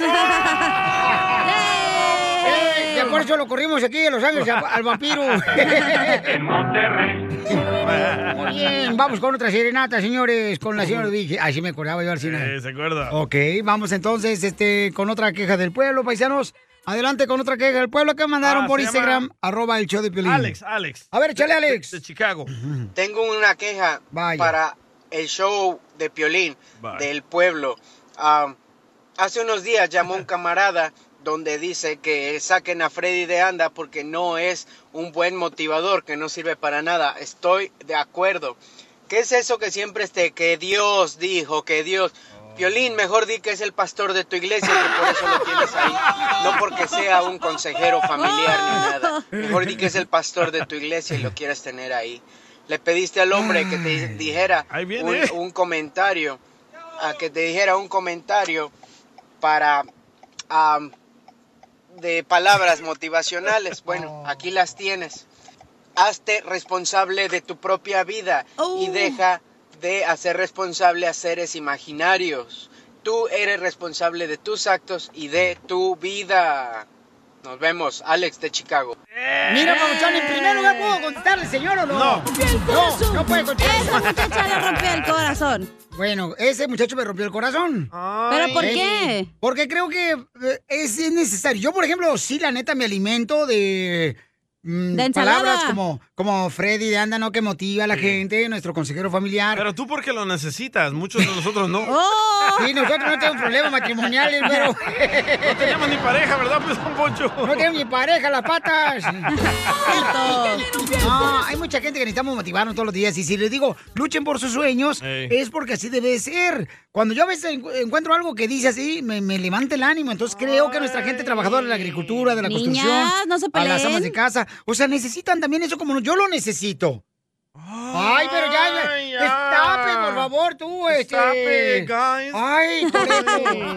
Eh, ya por eso lo corrimos aquí de Los Ángeles a- al vampiro. Muy bien, vamos con otra serenata, señores, con la señora Vicky. Ay, sí me acordaba yo al final.
Eh, ¿Se acuerda?
Ok, vamos entonces este, con otra queja del pueblo, paisanos. Adelante con otra queja del pueblo que mandaron
Ah,
por
se
Instagram,
llama
arroba el show de Piolín.
Alex, Alex.
A ver, échale, Alex.
De, de Chicago.
Tengo una queja
Vaya.
para el show de Piolín
Vaya.
del pueblo. Am, hace unos días llamó un camarada donde dice que saquen a Freddy de anda porque no es un buen motivador, que no sirve para nada. Estoy de acuerdo. ¿Qué es eso que siempre esté? Que Dios dijo, que Dios...
Oh.
Piolín, mejor di que es el pastor de tu iglesia, que por eso lo tienes ahí. No porque sea un consejero familiar ni nada. Mejor di que es el pastor de tu iglesia y lo quieras tener ahí. Le pediste al hombre que te dijera un,
viene.
un comentario, a que te dijera un comentario para am, de palabras motivacionales. Bueno, aquí las tienes. Hazte responsable de tu propia vida y
Oh.
deja de hacer responsable a seres imaginarios. Tú eres responsable de tus actos y de tu vida. Nos vemos, Alex de Chicago.
Mira, Pabuchón, en primer lugar, ¿puedo contestarle, señor, o no?
No.
No, no puede contestar.
Esa muchacha le rompió el
corazón. Bueno, ese muchacho me rompió el corazón.
¿Pero por qué?
Porque creo que eh, es necesario. Yo, por ejemplo, sí, la neta, me alimento de mm,
De ensalada.
palabras como, como Freddy de Anda, ¿no? Que motiva a la gente, nuestro consejero familiar.
Pero tú porque lo necesitas, muchos de nosotros no.
Oh.
Sí, nosotros no tenemos problemas matrimoniales, pero... No
tenemos ni pareja, ¿verdad, pues, don Poncho?
No tenemos ni pareja, las patas. No, hay mucha gente que necesitamos motivarnos todos los días. Y si les digo, luchen por sus sueños,
Ey.
es porque así debe ser. Cuando yo a veces encu- encuentro algo que dice así, me, me levanta el ánimo. Entonces creo que nuestra gente trabajadora de la agricultura, de la
Niñas,
construcción,
no se
a las
peleen.
amas de casa, o sea, necesitan también eso como yo lo necesito. Ay, pero ya, ya,
Ay, ya.
destape, por favor, tú, este.
Destape, guys.
Ay, Toreto.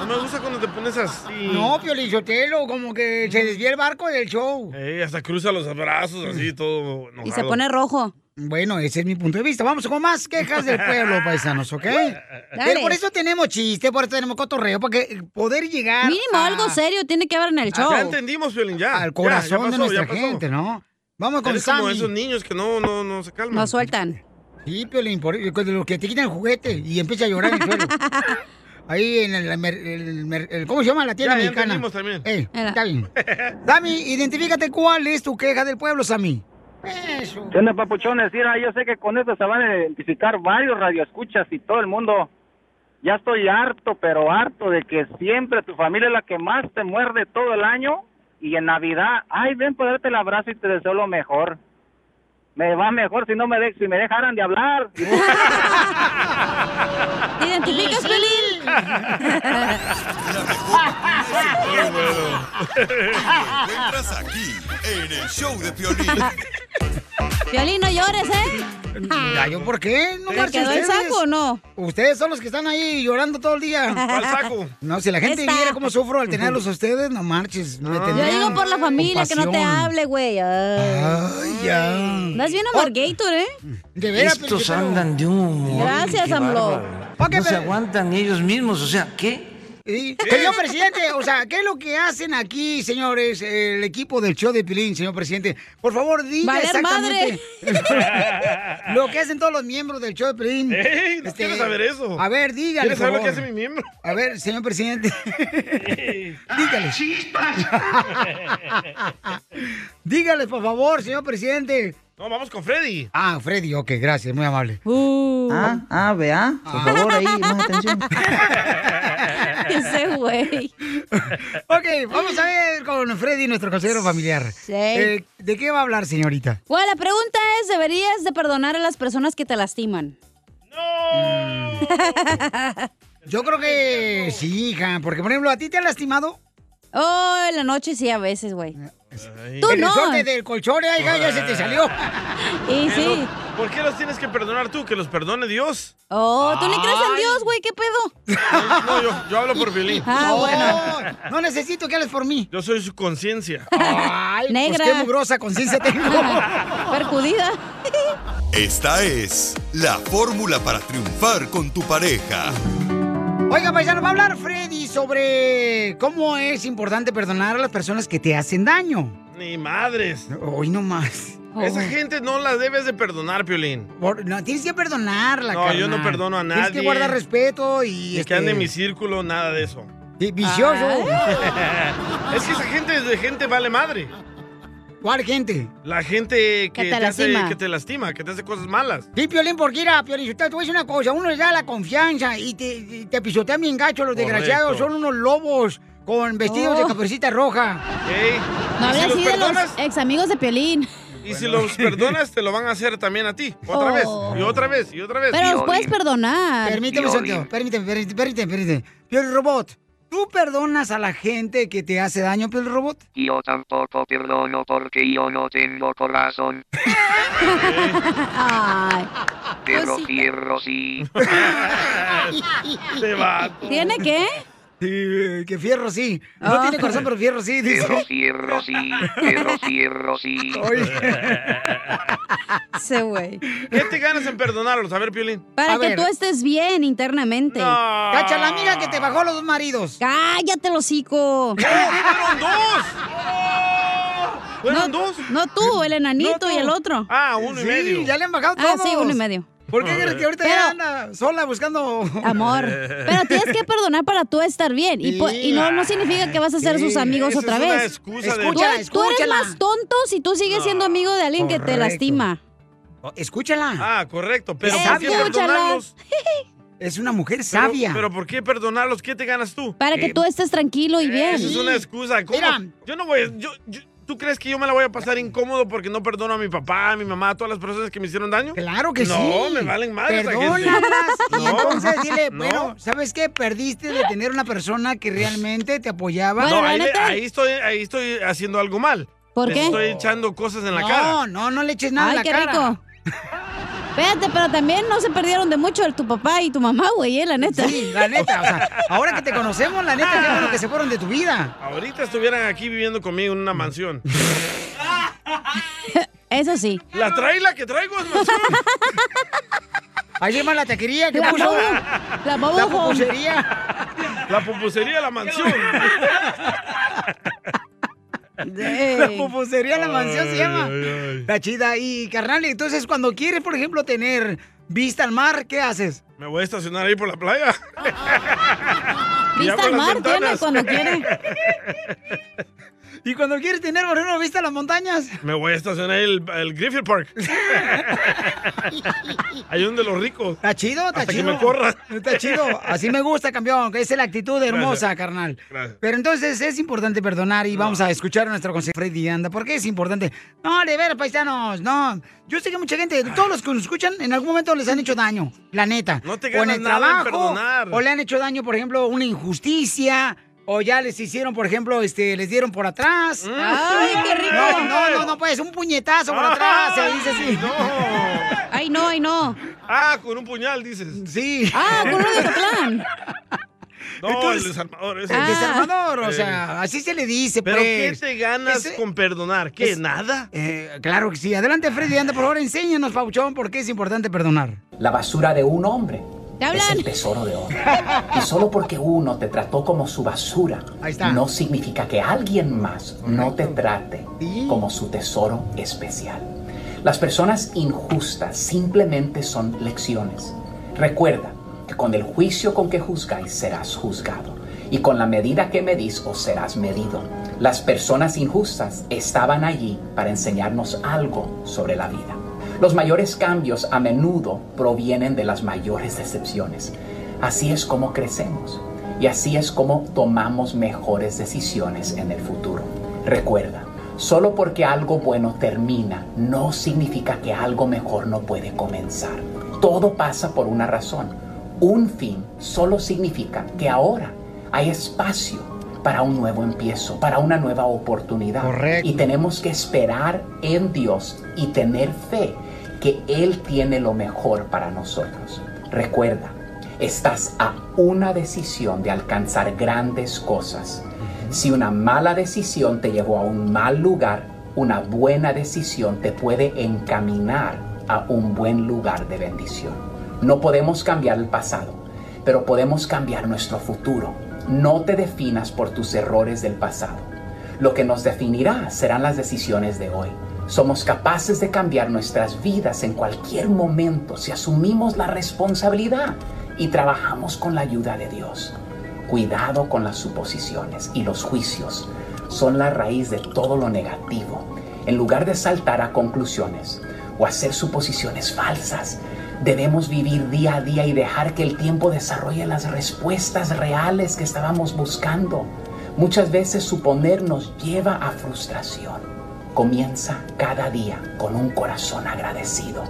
No me gusta cuando te pones así.
No, Piolichotelo, como que se desvía el barco del show.
Ey, hasta cruza los brazos así, todo enojado.
rojo. Bueno, ese es mi punto de vista. Vamos con más quejas del pueblo, paisanos, ¿ok? Pero por eso tenemos chiste, por eso tenemos cotorreo, para que poder llegar.
Mínimo algo serio tiene que haber en el show.
ya entendimos, Violín, ya.
Al
Ya,
corazón
ya
de
pasó,
nuestra
ya pasó.
gente, ¿no? Vamos con
Eres
Sammy.
como esos niños que no, no, no se calman.
No sueltan. Sí, Piolín, por de los que te quitan el juguete y empieza a llorar en el suelo. Ahí en el, mer- el mer- el- ¿Cómo se llama la tienda
Ya, ya
mexicana?
entendimos también.
Eh, está bien. Dami, identifícate cuál es tu queja del pueblo, Sammy. Eso.
¿Qué onda, papuchones? Mira, yo sé que con esto se van a identificar varios radioescuchas y todo el mundo. Ya estoy harto, pero harto de que siempre tu familia es la que más te muerde todo el año y en Navidad, ay, ven para darte el abrazo y te deseo lo mejor. Me va mejor si no me de- si me dejaran de hablar.
¿Te identificas, Pelín?
Entras aquí, en el show de Piolín.
Piolín, no llores, ¿eh?
Ya, ¿yo por qué?
¿Te
marchen
quedó el
ustedes.
saco o no?
Ustedes son los que están ahí llorando todo el día.
¿Cuál saco?
No, si la gente
Esta.
viera cómo sufro al tenerlos a ustedes, no marches. me
Yo
tendrían
digo por la familia, que no te
compasión.
hable, güey. Ay.
Ay, ya.
Andas bien amargator, ¿eh?
De
Estos andan de un humor.
Gracias,
qué
AMLO.
bárbaro.
Ok,
No se
pero-
aguantan ellos mismos, o sea, ¿qué?
Y- Señor presidente, o sea, ¿qué es lo que hacen aquí, señores, el equipo del show de Pilín, señor presidente? Por favor, diga
Valer
exactamente lo que hacen todos los miembros del show de Pilín.
Ey, no quiero saber eso.
A ver, dígale,
¿Quieres saber
por
lo que
favor.
hace mi miembro?
A ver, señor presidente. dígale. dígale, por favor, señor presidente.
No, vamos con Freddy.
Ah, Freddy, ok, gracias, muy amable. Uh.
Ah, ah, vea. Por favor, ahí, más atención.
Ese güey. ok, vamos a ver con Freddy, nuestro consejero familiar.
Sí.
Eh, ¿De qué va a hablar, señorita?
Bueno, la pregunta es, ¿deberías de perdonar a las personas que te lastiman?
Yo creo que sí, hija, porque por ejemplo, ¿a ti te han lastimado?
Oh, en la noche sí, a veces, güey. Tú
El
no.
resorte del colchón, eh, hija, ya se te salió.
Y
Pero,
sí.
¿Por qué los tienes que perdonar tú? Que los perdone Dios.
Oh, ¿tú le crees en
Ay.
Dios, güey? ¿Qué pedo?
No, yo, yo hablo por Violín.
Ah,
bueno. No necesito que hables por mí.
Yo soy su conciencia.
Ay, Pues qué mugrosa conciencia tengo.
Perjudida.
Esta es la fórmula para triunfar con tu pareja.
Oiga, paisano, va a hablar Freddy sobre cómo es importante perdonar a las personas que te hacen daño.
Ni madres.
Hoy no más.
Esa gente no la debes de perdonar, Piolín.
Por- no, tienes que perdonarla,
No, yo no
carnal.
perdono a
Tienes que
nadie.
guardar respeto y...
Ni que ande en mi círculo, nada de eso.
Y Este vicioso.
Ah.
es que esa gente de gente vale madre.
¿Cuál gente?
La gente que,
Que te
hace,
lastima.
que te lastima, que te hace cosas malas.
Sí, Piolín, porque mira, Piolín, usted, te voy a decir una cosa, uno le da la confianza y te, y te pisotean bien gacho, los
Correcto.
desgraciados, son unos lobos Pues, con vestidos de
Oh.
caperucita roja.
No
¿Y si
hables
los
así de los
perdonas?
ex amigos de Piolín.
Y si los perdonas, te lo van a hacer también a ti. Otra
Oh.
vez, y otra vez, y otra vez.
Pero los puedes perdonar.
Permíteme, Santiago, permíteme, permíteme, permíteme, permíteme. Piolín Robot, ¿tú perdonas a la gente que te hace daño, Piolín Robot?
Yo tampoco perdono porque yo no tengo corazón,
Ay.
Ah,
pero
oh,
quiero sí.
¿Tiene qué?
Sí, eh, que fierro sí. No
Ah.
tiene corazón, pero fierro sí,
Pero
dice.
quiero sí, pero quiero sí.
Ese güey.
¿Qué te ganas en perdonarlos? A ver, Piolín.
Para
A
que
ver.
tú estés bien internamente.
Cacha la amiga que te bajó los dos maridos.
Cállate, los hocico.
¡Fueron dos! ¿Fueron
no,
dos?
No tú, el enanito
No, tú.
y el otro.
Ah, uno y Sí, medio. ya le
han bajado
Ah, sí,
todos.
uno y medio.
¿Por qué crees que ahorita
Pero-
ya anda sola buscando
Amor. Pero tienes que perdonar para tú estar bien. Y, po- y no, no significa que vas a ser
Sí,
sus amigos
esa
otra
es
vez.
una excusa de-
Tú- tú,
Escúchala,
eres
escúchala.
más tonto si tú sigues siendo amigo de alguien que te
correcto.
lastima.
oh, Escúchala.
Ah, correcto, pero ¿por qué
Escúchala.
perdonarlos?
Es una mujer
Pero-
sabia.
Pero, ¿por qué perdonarlos? ¿Qué te ganas tú? Eh,
Para que tú estés tranquilo y bien.
Esa es una excusa. ¿Cómo?
Mira.
Yo no voy a- yo- yo- ¿Tú crees que yo me la voy a pasar incómodo porque no perdono a mi papá, a mi mamá, a todas las personas que me hicieron daño?
Claro que
no,
sí.
No, me valen mal esa gente.
Perdónalas y
No,
entonces dile,
no.
bueno, ¿sabes qué? Perdiste de tener una persona que realmente te apoyaba.
no, ahí, le- ahí estoy, ahí estoy haciendo algo mal.
¿Por
Les
qué?
Estoy echando cosas en la
no,
cara.
no, no le eches nada
Ay,
en la
qué
cara.
rico. Espérate, pero también no se perdieron de mucho tu papá y tu mamá, güey, eh, la neta.
Sí, la neta, o sea, ahora que te conocemos, la neta, qué bueno que se fueron de tu vida.
Ahorita estuvieran aquí viviendo conmigo en una mansión.
Eso sí.
La trae la que traigo es mansión.
Ahí llama la taquería que
La
puso.
bobo-
la
bobo
La
home.
pupusería.
La pupusería, la mansión.
La pupusería, la mansión se llama. Está chida. Y carnal, entonces cuando quieres, por ejemplo, tener vista al mar, ¿qué haces?
Me voy a estacionar ahí por la playa. Y abro
Vista al
las
mar tiene
ventanas.
cuando quiere. Y cuando quieres tener, por ejemplo, vista a las montañas.
Me voy a estacionar el, el Griffith Park. Ahí donde los ricos.
Está chido, está
Hasta que
chido.
me corran.
Está chido. Así me gusta, campeón. que Esa es la actitud hermosa,
Gracias.
carnal.
Gracias.
Pero entonces es importante perdonar y vamos a escuchar a nuestro consejero Freddy Anda. ¿Por qué es importante? No, de ver, paisanos, no. Yo sé que mucha gente, todos los que nos escuchan, en algún momento les han hecho daño, la neta. No
te
o en
ganas
el
nada en
trabajo,
perdonar.
o le han hecho daño, por ejemplo, una injusticia. O ya les hicieron, por ejemplo, este, les dieron por atrás.
Ay, qué rico.
No, no, no, no, pues, un puñetazo por atrás, se dice así.
Ay, no, ay, no.
Ah, con un puñal, dices.
Sí.
Ah, con uno de Zatlán.
No,
Entonces-
el desarmador.
El
Ese.
desarmador, o
Eh.
sea, Ah, así se le dice,
¿Pero qué
pues.
te ganas con perdonar? ¿Qué, nada?
eh, claro que sí. Adelante, Freddy, anda, por favor, enséñanos, Pauchón, por qué es importante perdonar.
La basura de un hombre
¿Te
es el tesoro de otro. Y solo porque uno te trató como su basura, no significa que alguien más no te trate como su tesoro especial. Las personas injustas simplemente son lecciones. Recuerda que con el juicio con que juzgáis serás juzgado. Y con la medida que medís os serás medido. Las personas injustas estaban allí para enseñarnos algo sobre la vida. Los mayores cambios a menudo provienen de las mayores decepciones. Así es como crecemos y así es como tomamos mejores decisiones en el futuro. Recuerda, solo porque algo bueno termina no significa que algo mejor no puede comenzar. Todo pasa por una razón. Un fin solo significa que ahora hay espacio para un nuevo empiezo, para una nueva oportunidad. Y tenemos que esperar en Dios y tener fe que Él tiene lo mejor para nosotros. Recuerda, estás a una decisión de alcanzar grandes cosas. Si una mala decisión te llevó a un mal lugar, una buena decisión te puede encaminar a un buen lugar de bendición. No podemos cambiar el pasado, pero podemos cambiar nuestro futuro. No te definas por tus errores del pasado. Lo que nos definirá serán las decisiones de hoy. Somos capaces de cambiar nuestras vidas en cualquier momento si asumimos la responsabilidad y trabajamos con la ayuda de Dios. Cuidado con las suposiciones y los juicios. Son la raíz de todo lo negativo. En lugar de saltar a conclusiones o hacer suposiciones falsas, debemos vivir día a día y dejar que el tiempo desarrolle las respuestas reales que estábamos buscando. Muchas veces suponer nos lleva a frustración. Comienza cada día con un corazón agradecido.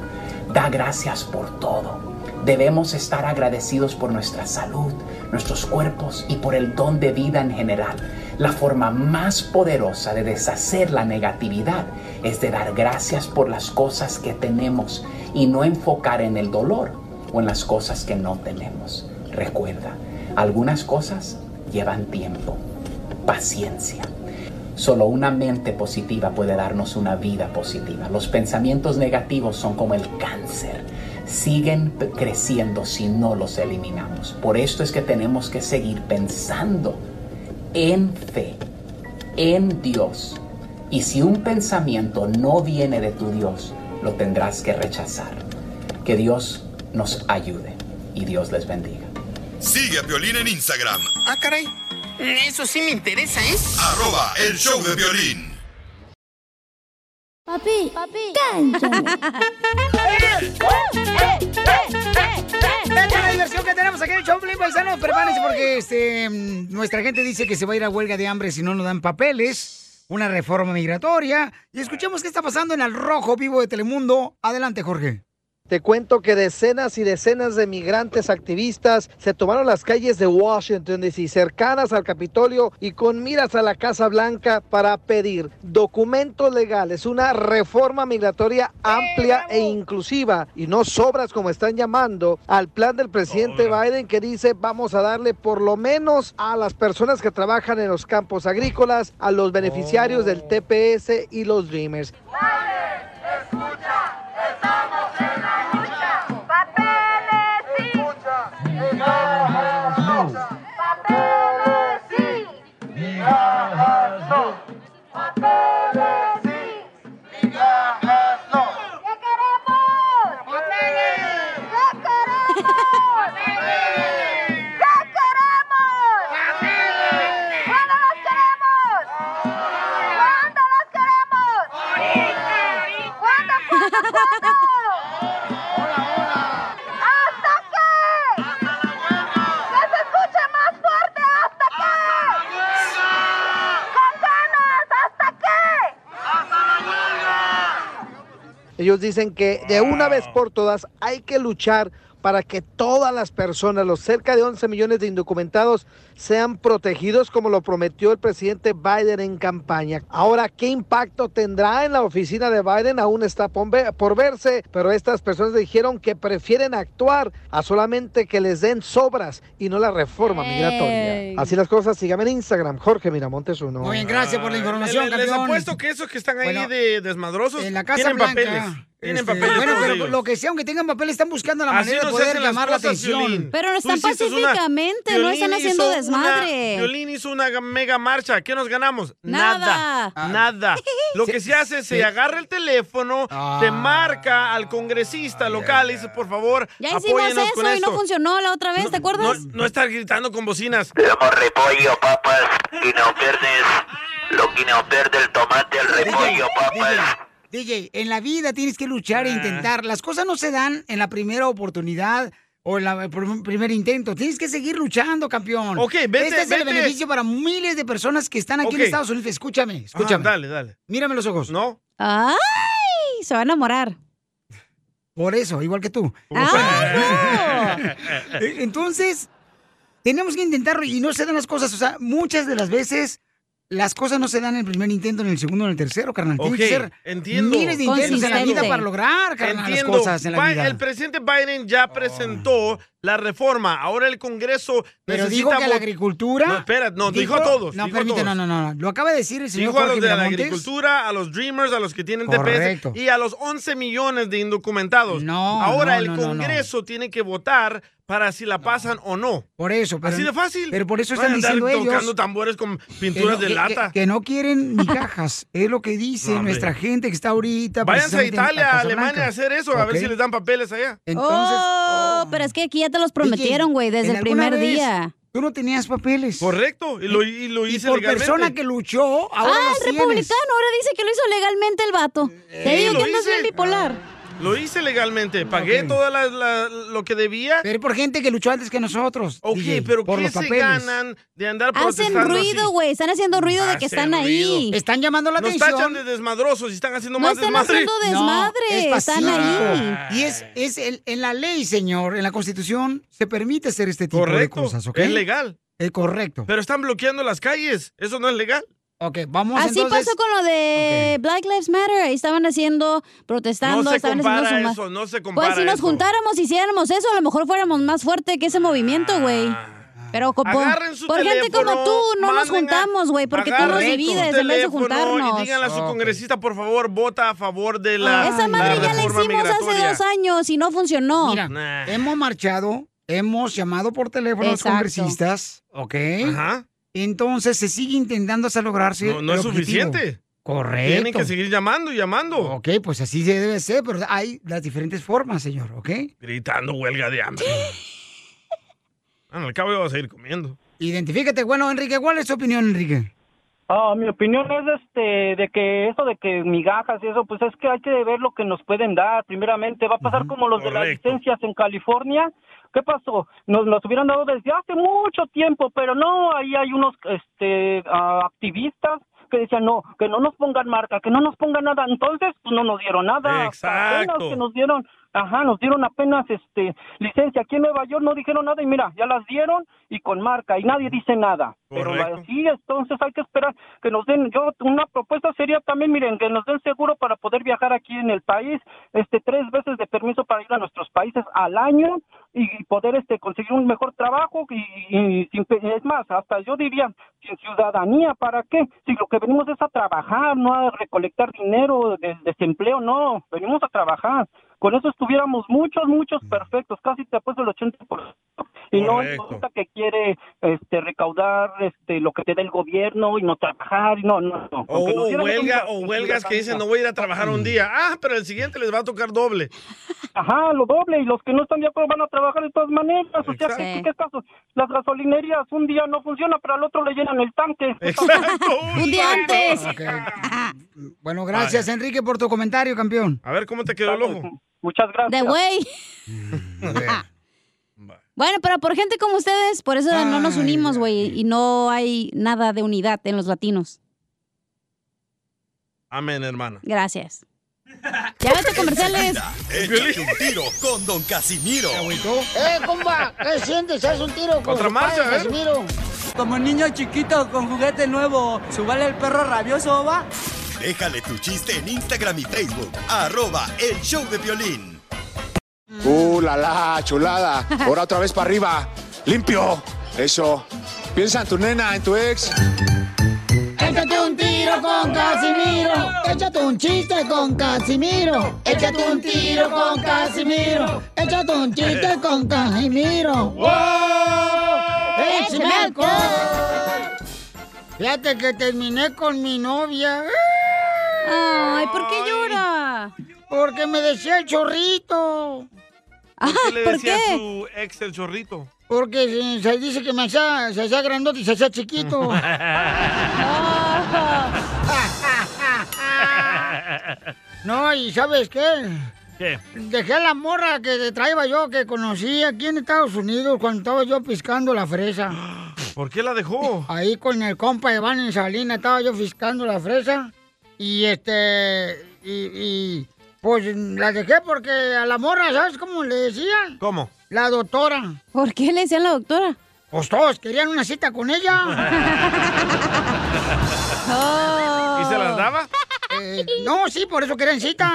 Da gracias por todo. Debemos estar agradecidos por nuestra salud, nuestros cuerpos y por el don de vida en general. La forma más poderosa de deshacer la negatividad es de dar gracias por las cosas que tenemos y no enfocar en el dolor o en las cosas que no tenemos. Recuerda, algunas cosas llevan tiempo, paciencia. Solo una mente positiva puede darnos una vida positiva. Los pensamientos negativos son como el cáncer. Siguen p- creciendo si no los eliminamos. Por esto es que tenemos que seguir pensando en fe, en Dios. Y si un pensamiento no viene de tu Dios, lo tendrás que rechazar. Que Dios nos ayude y Dios les bendiga.
Sigue a Piolín en Instagram,
Ah, caray. Eso sí me interesa, ¿eh?
arroba el show de violín.
Papi, papi.
Tanta la diversión que tenemos aquí en el Choplin, paisanos. Prepárense porque este, mm, nuestra gente dice que se va a ir a huelga de hambre si no nos dan papeles. Una reforma migratoria. Y escuchemos qué está pasando en el rojo vivo de Telemundo. Adelante, Jorge.
Te cuento que decenas y decenas de migrantes activistas se tomaron las calles de Washington DC, cercanas al Capitolio y con miras a la Casa Blanca para pedir documentos legales, una reforma migratoria amplia e inclusiva y no sobras como están llamando al plan del presidente Biden que dice vamos a darle por lo menos a las personas que trabajan en los campos agrícolas, a los beneficiarios del TPS y los Dreamers. Ellos dicen que de una vez por todas hay que luchar para que todas las personas, los cerca de 11 millones de indocumentados, sean protegidos como lo prometió el presidente Biden en campaña. Ahora, ¿qué impacto tendrá en la oficina de Biden? Aún está por ve- por verse, pero estas personas dijeron que prefieren actuar a solamente que les den sobras y no la reforma
Ey.
migratoria. Así las cosas, síganme en Instagram, Jorge Miramontes uno.
Muy bien, gracias por la información,
Le- le- Ah, Les
campeón.
apuesto que esos que están ahí
Bueno,
de desmadrosos
En la Casa
tienen
Blanca.
papeles. Tienen
Este,
papeles.
Bueno,
todos
pero
ellos.
lo que sea, aunque tengan papel, están buscando la
Así
manera de
no se
poder
hacen las
llamar la
cosas,
atención.
Piolín.
Pero
Tú
están
hiciste una-
pacíficamente, no
Piolín
están
hizo
haciendo
una-
desmadre.
Piolín hizo una mega marcha. ¿Qué nos ganamos?
Nada.
Nada. Nada. Lo que se hace es
Ah. sí. Ah.
se agarra el teléfono, te marca al congresista local y dice, por favor,
Ya hicimos
apóyenos con
eso y no
esto.
funcionó la otra vez, ¿te
No,
acuerdas?
no estar gritando con bocinas.
repollo, papas, y no pierdes lo que no pierde el tomate, el repollo, papas.
DJ, en la vida tienes que luchar
Ah.
e intentar. Las cosas no se dan en la primera oportunidad o en la- el pr- primer intento. Tienes que seguir luchando, campeón.
Ok, vete,
Este es el
vete.
beneficio para miles de personas que están aquí en
Ok.
Estados Unidos. Escúchame,
Ajá,
escúchame.
dale, dale.
Mírame los ojos.
No.
¡Ay! Se va a enamorar.
Por eso, igual que tú.
¡Ay,
Eh, Entonces, tenemos que intentarlo y no se dan las cosas. O sea, muchas de las veces las cosas no se dan en el primer intento, en el segundo, en el tercero, carnal. Tiene
Ok,
que ser
entiendo.
miles de intentos en la vida para lograr, carnal,
Entiendo.
las cosas en la
Bi-
vida. Oh.
El presidente Biden ya presentó la reforma. Ahora el Congreso
Pero dijo
necesita...
que a la
vo-
agricultura...
No, espera, no, dijo, a todos.
No,
dijo a
permíteme,
todos.
no, no, no. Lo acaba de decir el señor
Dijo a los
Jorge
de la
Miramontes.
agricultura, a los Dreamers, a los que tienen
Correcto.
TPS y a los 11 millones de indocumentados. Ahora
no,
el
no, no, no.
Congreso tiene que votar para si la pasan o no.
Por eso, pero-
Así de fácil.
pero por eso
No van
están
a andar
diciendo ellos
tocando tambores con pinturas
que no-
de
que-
lata.
que- que no quieren ni cajas. Es lo que dice
No, hombre.
nuestra gente que está ahorita.
Váyanse a
precisamente en la
Italia, a
Casa
Alemania
Blanca.
a hacer eso, a ver
Ok.
si les dan papeles allá.
Entonces-
oh, pero es que aquí ya te los prometieron, güey, desde
¿en
el
alguna
primer
vez
día.
Tú no tenías papeles.
Correcto, y lo, y lo
Y
hice
por
legalmente.
persona que luchó, ahora
ah,
los
el
tienes.
republicano ahora dice que lo hizo legalmente el vato. Te digo
lo
que andas
hice.
bien bipolar.
Lo hice legalmente, pagué todo lo que debía.
Pero por gente que luchó antes que nosotros.
Ok,
DJ,
pero
por
¿qué
los
se
papeles.
ganan de andar
Hacen
protestando
ruido,
así?
güey. Están haciendo ruido de que
Hacen
están ahí.
ruido.
Están llamando
Nos tachan de desmadrosos y están haciendo
No
más
están
desmadre.
haciendo desmadre,
No, es
están ahí.
pacífico. Y es, es el- en la ley, señor, en la Constitución, se permite hacer este tipo
Correcto,
de cosas, ¿ok?
es legal.
Es correcto.
Pero están bloqueando las calles, eso no es legal.
Ok, vamos
Así pasó con lo de Black Lives Matter. Ahí estaban haciendo, protestando,
No se
estaban
compara
haciendo
eso, no se compara
Pues si nos
eso. Ah.
juntáramos, hiciéramos eso, a lo mejor fuéramos más fuerte que ese movimiento, güey. Pero como-
Agarren su
pues, por gente
teléfono,
como tú no nos
manden a-
juntamos, güey, porque tú nos
agarren su
divides en vez de
teléfono
juntarnos.
Y díganle a su congresista, por favor, vota a favor de la.
Esa madre
la
ya la
reforma
hicimos hace
migratoria.
dos años y no funcionó.
Mira, hemos marchado, hemos llamado por teléfono
Exacto.
a los congresistas, ¿ok? Entonces se sigue intentando hasta lograrse.
No, no
el
es
objetivo.
suficiente.
Correcto.
Tienen que seguir llamando y llamando.
Ok, pues así se debe ser, pero hay las diferentes formas, señor, ¿ok?
Gritando huelga de hambre. Bueno, al cabo yo voy a seguir comiendo.
Identifícate. Bueno, Enrique, ¿cuál es tu opinión, Enrique?
Ah, mi opinión es este de que eso de que migajas y eso pues es que hay que ver lo que nos pueden dar. Primeramente va a pasar como los de las
correcto.
licencias en California. ¿Qué pasó? Nos las hubieran dado desde hace mucho tiempo, pero no, ahí hay unos este ah, activistas que decían no, que no nos pongan marca, que no nos pongan nada. Entonces pues no nos dieron nada. Hasta apenas
Exacto.
que nos dieron, ajá, nos dieron apenas este licencia aquí en Nueva York no dijeron nada y mira, ya las dieron y con marca y nadie dice nada. Pero
Correcto.
así, entonces hay que esperar que nos den, yo, una propuesta sería también, miren, que nos den seguro para poder viajar aquí en el país, este, tres veces de permiso para ir a nuestros países al año y poder, este, conseguir un mejor trabajo y, y sin pe- es más, hasta yo diría, sin ciudadanía, ¿para qué? Si lo que venimos es a trabajar, no a recolectar dinero del desempleo, no, venimos a trabajar. Con eso estuviéramos muchos, muchos
Mm.
perfectos, casi te apuesto el 80%. Y no
Correcto.
importa que quiere este, recaudar este, lo que te da el gobierno y no trabajar, y no, no, no.
O,
Aunque nos dieran
huelga,
un-
o huelgas que dicen no voy a ir a trabajar un día. Ah, pero el siguiente les va a tocar doble.
Ajá, lo doble, y los que no están de acuerdo van a trabajar de todas maneras. O sea, ¿qué, qué- qué caso? Las gasolinerías un día no funciona, pero al otro le llenan el tanque.
Un día antes. Bueno, gracias, Enrique, por tu comentario, campeón.
A ver cómo te quedó el ojo.
Muchas
De güey. Bueno, pero por gente como ustedes, por eso no nos unimos, güey, y no hay nada de unidad en los latinos.
Amén, hermana.
Gracias. Ya vete a comerciales.
Échate un tiro con Don Casimiro.
¡Eh, comba! ¿Qué sientes? ¿Haz un tiro
con
Otra
su
marcha,
padre,
¿eh?
Casimiro? Como niño chiquito con juguete nuevo, ¿subale el perro rabioso, va?
Déjale tu chiste en Instagram y Facebook. Arroba el show de violín.
Uh, la la, chulada. Ahora otra vez para arriba. Limpio. Eso. Piensa en tu nena, en tu ex.
Échate un tiro con Casimiro. Échate un chiste con Casimiro. Échate un tiro con Casimiro. Échate un chiste con Casimiro. ¡Wow! ¡Échame alcohol! Fíjate que terminé con mi novia. Ay, ¿por qué llora? Porque me decía el chorrito.
Ah,
Ah,
¿Por qué le decía a su ex el chorrito?
Porque se, se dice que me hacía, se hacía grandote y se hacía chiquito.
Ah,
No, y ¿sabes qué?
¿Qué?
Dejé a la morra que traía yo, que conocí aquí en Estados Unidos cuando estaba yo piscando la fresa.
¿Por qué la dejó?
Ahí con el compa Iván en Salina estaba yo fiscando la fresa. Y este. Y, y, pues la dejé porque a la morra, ¿sabes cómo le decían?
¿Cómo?
La doctora. ¿Por qué le decían la doctora? Pues todos querían una cita con ella.
¿Y se las daba?
Eh, no, sí, por eso querían cita.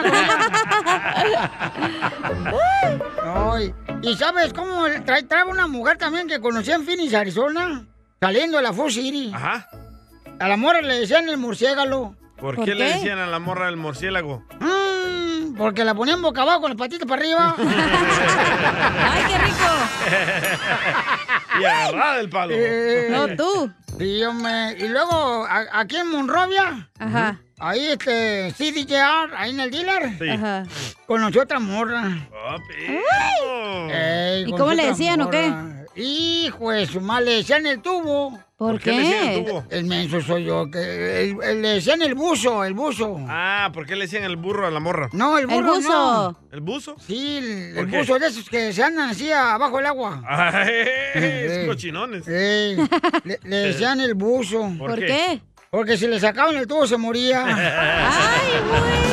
Ay, ¿Y sabes cómo trae, trae una mujer también que conocí en Phoenix, Arizona? Saliendo de la Fox City.
Ajá.
A la morra le decían el murciélago.
¿Por, qué, le decían a la morra del murciélago?
Mm, porque la ponían boca abajo con las patitas para arriba.
¡Ay,
qué rico!
y agarrada del palo.
no tú. Y, yo me- Eh, y luego, a- aquí en Monrovia. Ajá. Ahí, este, CDJR, ahí en el dealer.
Sí. Ajá.
Conocí otra morra. Ey,
¿Y
conocí
cómo le
otra
decían o qué?
morra. Hijo de su madre, le decían el tubo.
¿Por qué le qué? decían el tubo?
El menso soy yo. Que, el- el- le decían el buzo, el buzo.
Ah, ¿por qué le decían el burro a la morra?
No, el burro no.
¿El buzo?
Sí, el,
¿Por
el
qué?
buzo de esos que se andan así abajo del agua.
Ay,
Ey.
es cochinones.
Ey, le, le decían el buzo.
¿Por ¿Por qué? qué?
Porque si le sacaban el tubo se moría.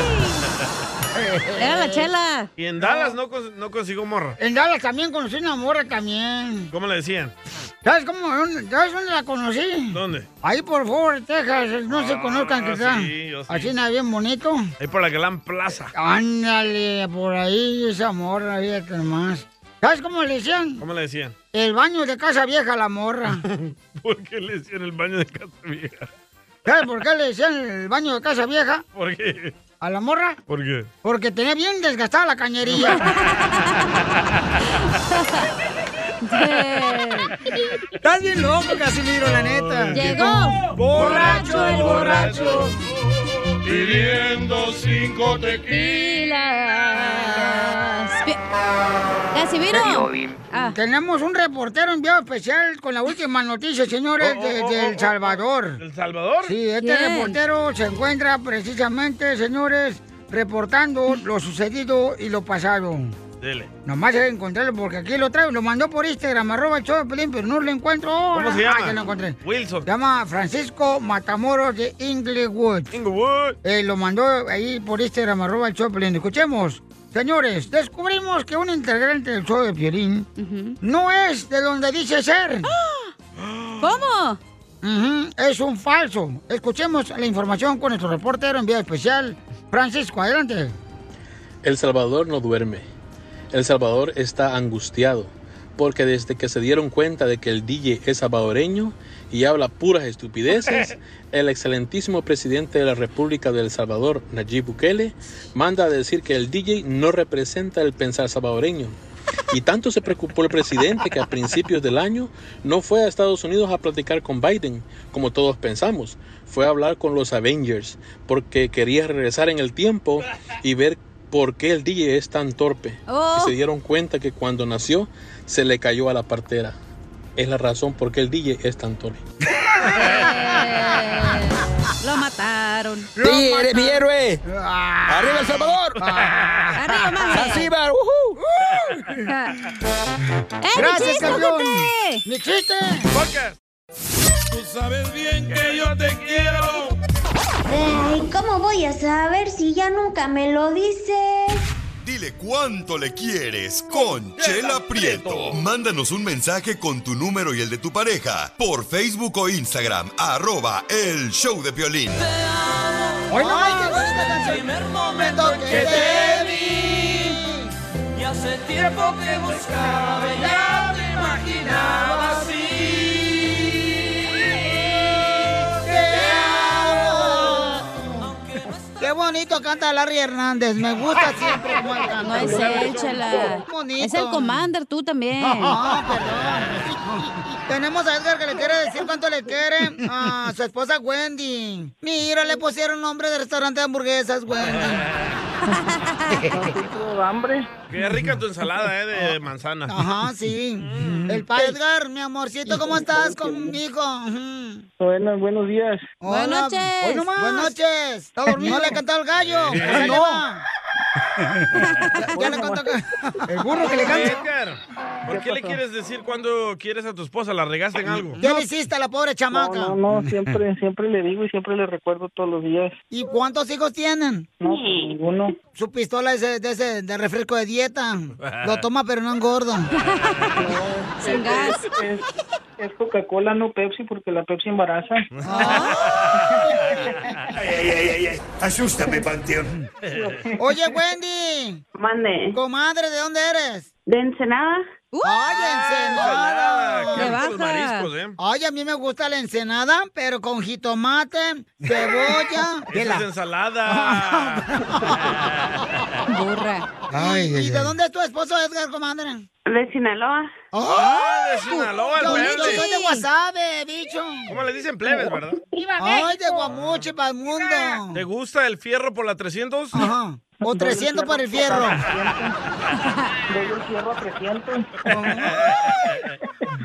güey!
Era la chela.
Y en Dallas no, cons- no consiguió morra.
En Dallas también conocí una morra también.
¿Cómo le decían?
¿Sabes cómo? ¿Sabes dónde la conocí?
¿Dónde?
Ahí por favor, Texas, no se
Ah,
conozcan que
sí,
está.
yo sí.
Así nada bien bonito.
Ahí por la Gran Plaza.
Ándale, por ahí esa morra, fíjate más. ¿Sabes cómo le decían?
¿Cómo le decían?
El baño de casa vieja a la morra.
¿Por qué le decían el baño de casa vieja?
¿Sabes por qué le decían el baño de casa vieja
¿Por qué?
a la morra?
¿Por qué?
Porque tenía bien desgastada la cañería. Estás bien loco, Casimiro, la neta.
Llegó.
Borracho el borracho.
pidiendo cinco
tequilas.
¡Casimiro! Tenemos un reportero enviado especial con la última noticia, señores,
Oh,
de, de El oh, Salvador.
¿El Salvador?
Sí, este reportero se encuentra precisamente, señores, reportando lo sucedido y lo pasado.
Dele.
Nomás hay que encontrarlo porque aquí lo traigo. Lo mandó por Instagram, arroba el show de Pelín, pero no lo encuentro. ahora.
¿Cómo se llama?
Ah, ya lo encontré.
Wilson.
Llama Francisco Matamoros de Inglewood. Eh,
Inglewood.
lo mandó ahí por Instagram, arroba el show de Pelín. Escuchemos. Señores, descubrimos que un integrante del show de Piolín no es de donde dice ser.
¿Cómo?
Es un falso. Escuchemos la información con nuestro reportero enviado especial, Francisco. Adelante.
El Salvador no duerme. El Salvador está angustiado porque desde que se dieron cuenta de que el DJ es salvadoreño y habla puras estupideces, el excelentísimo presidente de la República de El Salvador, Nayib Bukele, manda a decir que el DJ no representa el pensar salvadoreño. Y tanto se preocupó el presidente que a principios del año no fue a Estados Unidos a platicar con Biden, como todos pensamos. Fue a hablar con los Avengers, porque quería regresar en el tiempo y ver por qué el DJ es tan torpe.
Oh.
Y se dieron cuenta que cuando nació se le cayó a la partera. Es la razón por qué el DJ es tan torpe.
pues,
Lo mataron.
Sí, eres mi héroe.
Ah.
¡Arriba El Salvador!
¡Arriba, madre!
¡Así va! ¡Uhú!
Gracias, campeón.
¡Mi
chiste!
Tú sabes bien que yo te quiero.
Eh,
Ay, ¿cómo voy a saber si ya nunca me lo dices?
Dile cuánto le quieres con Chela Prieto. Mándanos un mensaje con tu número y el de tu pareja por Facebook o Instagram, arroba el show de violín.
Hoy no hay que
primer
momento
que te
vi. Y hace tiempo que buscaba, ya te imaginaba así.
Qué bonito canta Larry Hernández. Me gusta siempre cómo él canta.
No es él, chela.
Qué bonito.
Es el commander, tú también.
No, perdón. Tenemos a Edgar que le quiere decir cuánto le quiere a su esposa Wendy. Mira, le pusieron nombre de restaurante de hamburguesas, Wendy.
hambre? Qué rica tu ensalada, eh, de manzana.
Ajá, sí. El padre Edgar, mi amorcito, ¿cómo estás conmigo? Ujú.
Buenos, buenos días.
Hola, hoy nomás. Buenas noches. ¿Está dormido? No le ha cantado el gallo.
Eh,
Ahí le
no.
va. Ya- Ya le contó que... El burro que le canta.
Edgar, ¿por qué le quieres decir cuando quieres a tu esposa? ¿La regaste en algo?
¿Qué le hiciste a la pobre chamaca?
No, no, no, siempre, siempre le digo y siempre le recuerdo todos los días.
¿Y cuántos hijos tienen?
No, pues, ninguno.
Su pistola es de, de ese- de refresco de dieta. Lo toma, pero no engorda.
Sin gas. Es Coca-Cola, no Pepsi, porque la Pepsi embaraza. Asústame, panteón.
Oye, Wendy.
Mande.
Comadre, ¿de dónde eres?
¿De Ensenada?
¡Ay,
Ah,
Ensenada!
Qué ricos mariscos,
¿eh?
Ay, a mí me gusta la ensenada, pero con jitomate, cebolla...
Esa es ensalada.
Burra.
¿Y, y de dónde es tu esposo, Edgar, comadre?
De Sinaloa.
Oh.
Ah, de Sinaloa, el
Yo, yo
plebe.
soy de Guasave, bicho.
¿Cómo le dicen plebes, verdad?
Ay, de Guamuche para el mundo.
¿Te gusta el fierro por la 300?
Ajá. O 300 para el fierro.
Cierro a 300.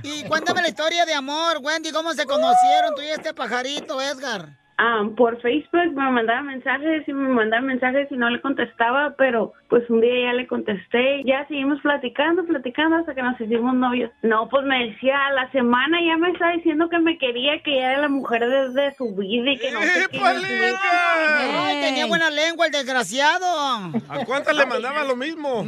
Y cuéntame la historia de amor, Wendy, ¿cómo se conocieron tú y este pajarito, Edgar?
Ah, por Facebook me mandaba mensajes y me mandaba mensajes y no le contestaba, pero pues un día ya le contesté. Ya seguimos platicando, platicando hasta que nos hicimos novios. No, pues me decía, a la semana ya me estaba diciendo que me quería, que ya era la mujer desde su vida y que no sé qué. no sé qué.
Ay, tenía buena lengua el desgraciado.
¿A cuántas le mandaba lo mismo?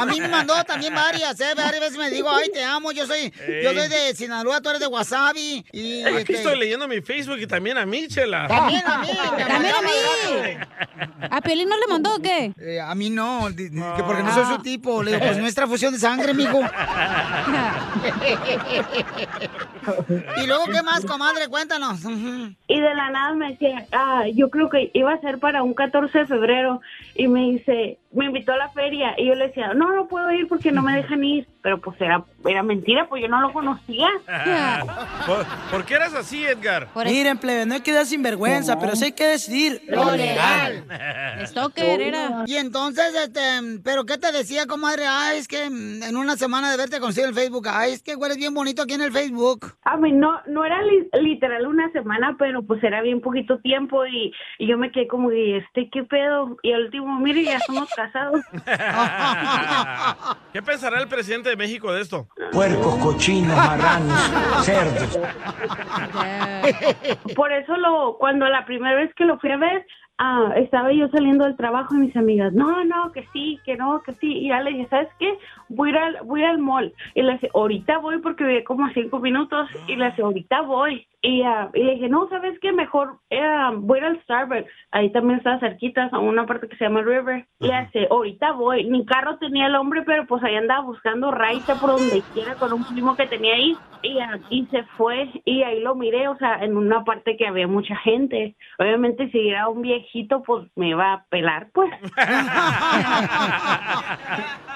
A mí me mandó también varias, ¿eh? Varias veces me digo, ay, te amo, yo soy, yo soy de Sinaloa, tú eres de Wasabi. Y,
Aquí
este,
estoy leyendo mi Facebook y también a mí, chela.
También a mí.
También a mí. ¿A Piolín no le mandó Ah. o qué?
Eh, a mí no, di- di- que porque no soy su tipo. Le digo, pues nuestra fusión de sangre, mijo. ¿Y luego qué más, comadre? Cuéntanos. Ujú.
Y de la nada me decía, ah, yo creo que iba a ser para un 14 de febrero. Y me dice, me invitó a la feria. Y yo le decía, no, no puedo ir porque no me dejan ir. Pero pues era, era mentira, pues yo no lo conocía.
¿Por, por qué eras así, Edgar?
Por eso.
Miren, plebe, no hay que dar
vergüenza, pero sí hay que decidir lo legal.
Stalker era.
Y entonces, este, ¿pero qué te decía, comadre? Ay, es que mm, en una semana de verte conocí en el Facebook. Ay, es que güey, eres bien bonito aquí en el Facebook.
A mí no, no era li- literal una semana, pero pues era bien poquito tiempo y, y yo me quedé como que, este, ¿qué pedo? Y al último, mire, ya somos casados.
¿Qué pensará el presidente de México de esto?
Puercos, cochinos, marranos, cerdos.
Por eso lo, cuando la primera vez que lo fui a ver, ah, estaba yo saliendo del trabajo y mis amigas, no, no, que sí, que no, que sí. Y ya le dije, ¿sabes qué? Voy a ir al, voy a ir al mall. Y le dije, ahorita voy porque voy como a cinco minutos. Y le dije, ahorita voy. Y, ah, y le dije, no, ¿sabes qué? Mejor eh, voy a ir al Starbucks. Ahí también estaba cerquita, a una parte que se llama River. Le hace, ahorita voy. Ni carro tenía el hombre, pero pues ahí andaba buscando raita por donde quiera con un primo que tenía ahí. Y, ah, y se fue. Y ahí lo miré, o sea, en una parte que había mucha gente. Obviamente, si era un viejito, pues me va a pelar, pues.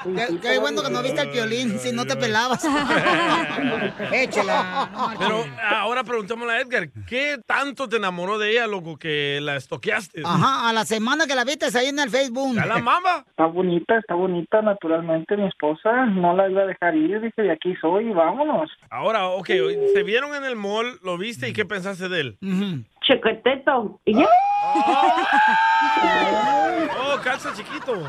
Qué, qué bueno que no viste el violín, si no te pelabas. Échala. no marches.
Pero ahora preguntémosle a Edgar, ¿qué tanto te enamoró de ella, loco, que la estoqueaste?
Ajá, a la semana que la viste ahí en el Facebook.
¿A la mama?
Está bonita, está bonita, naturalmente mi esposa. No la iba a dejar ir, dije, de aquí soy, vámonos.
Ahora, ok, se vieron en el mall, lo viste y qué pensaste de él.
Chequeteto. ¿Y ya?
Oh, calza chiquito.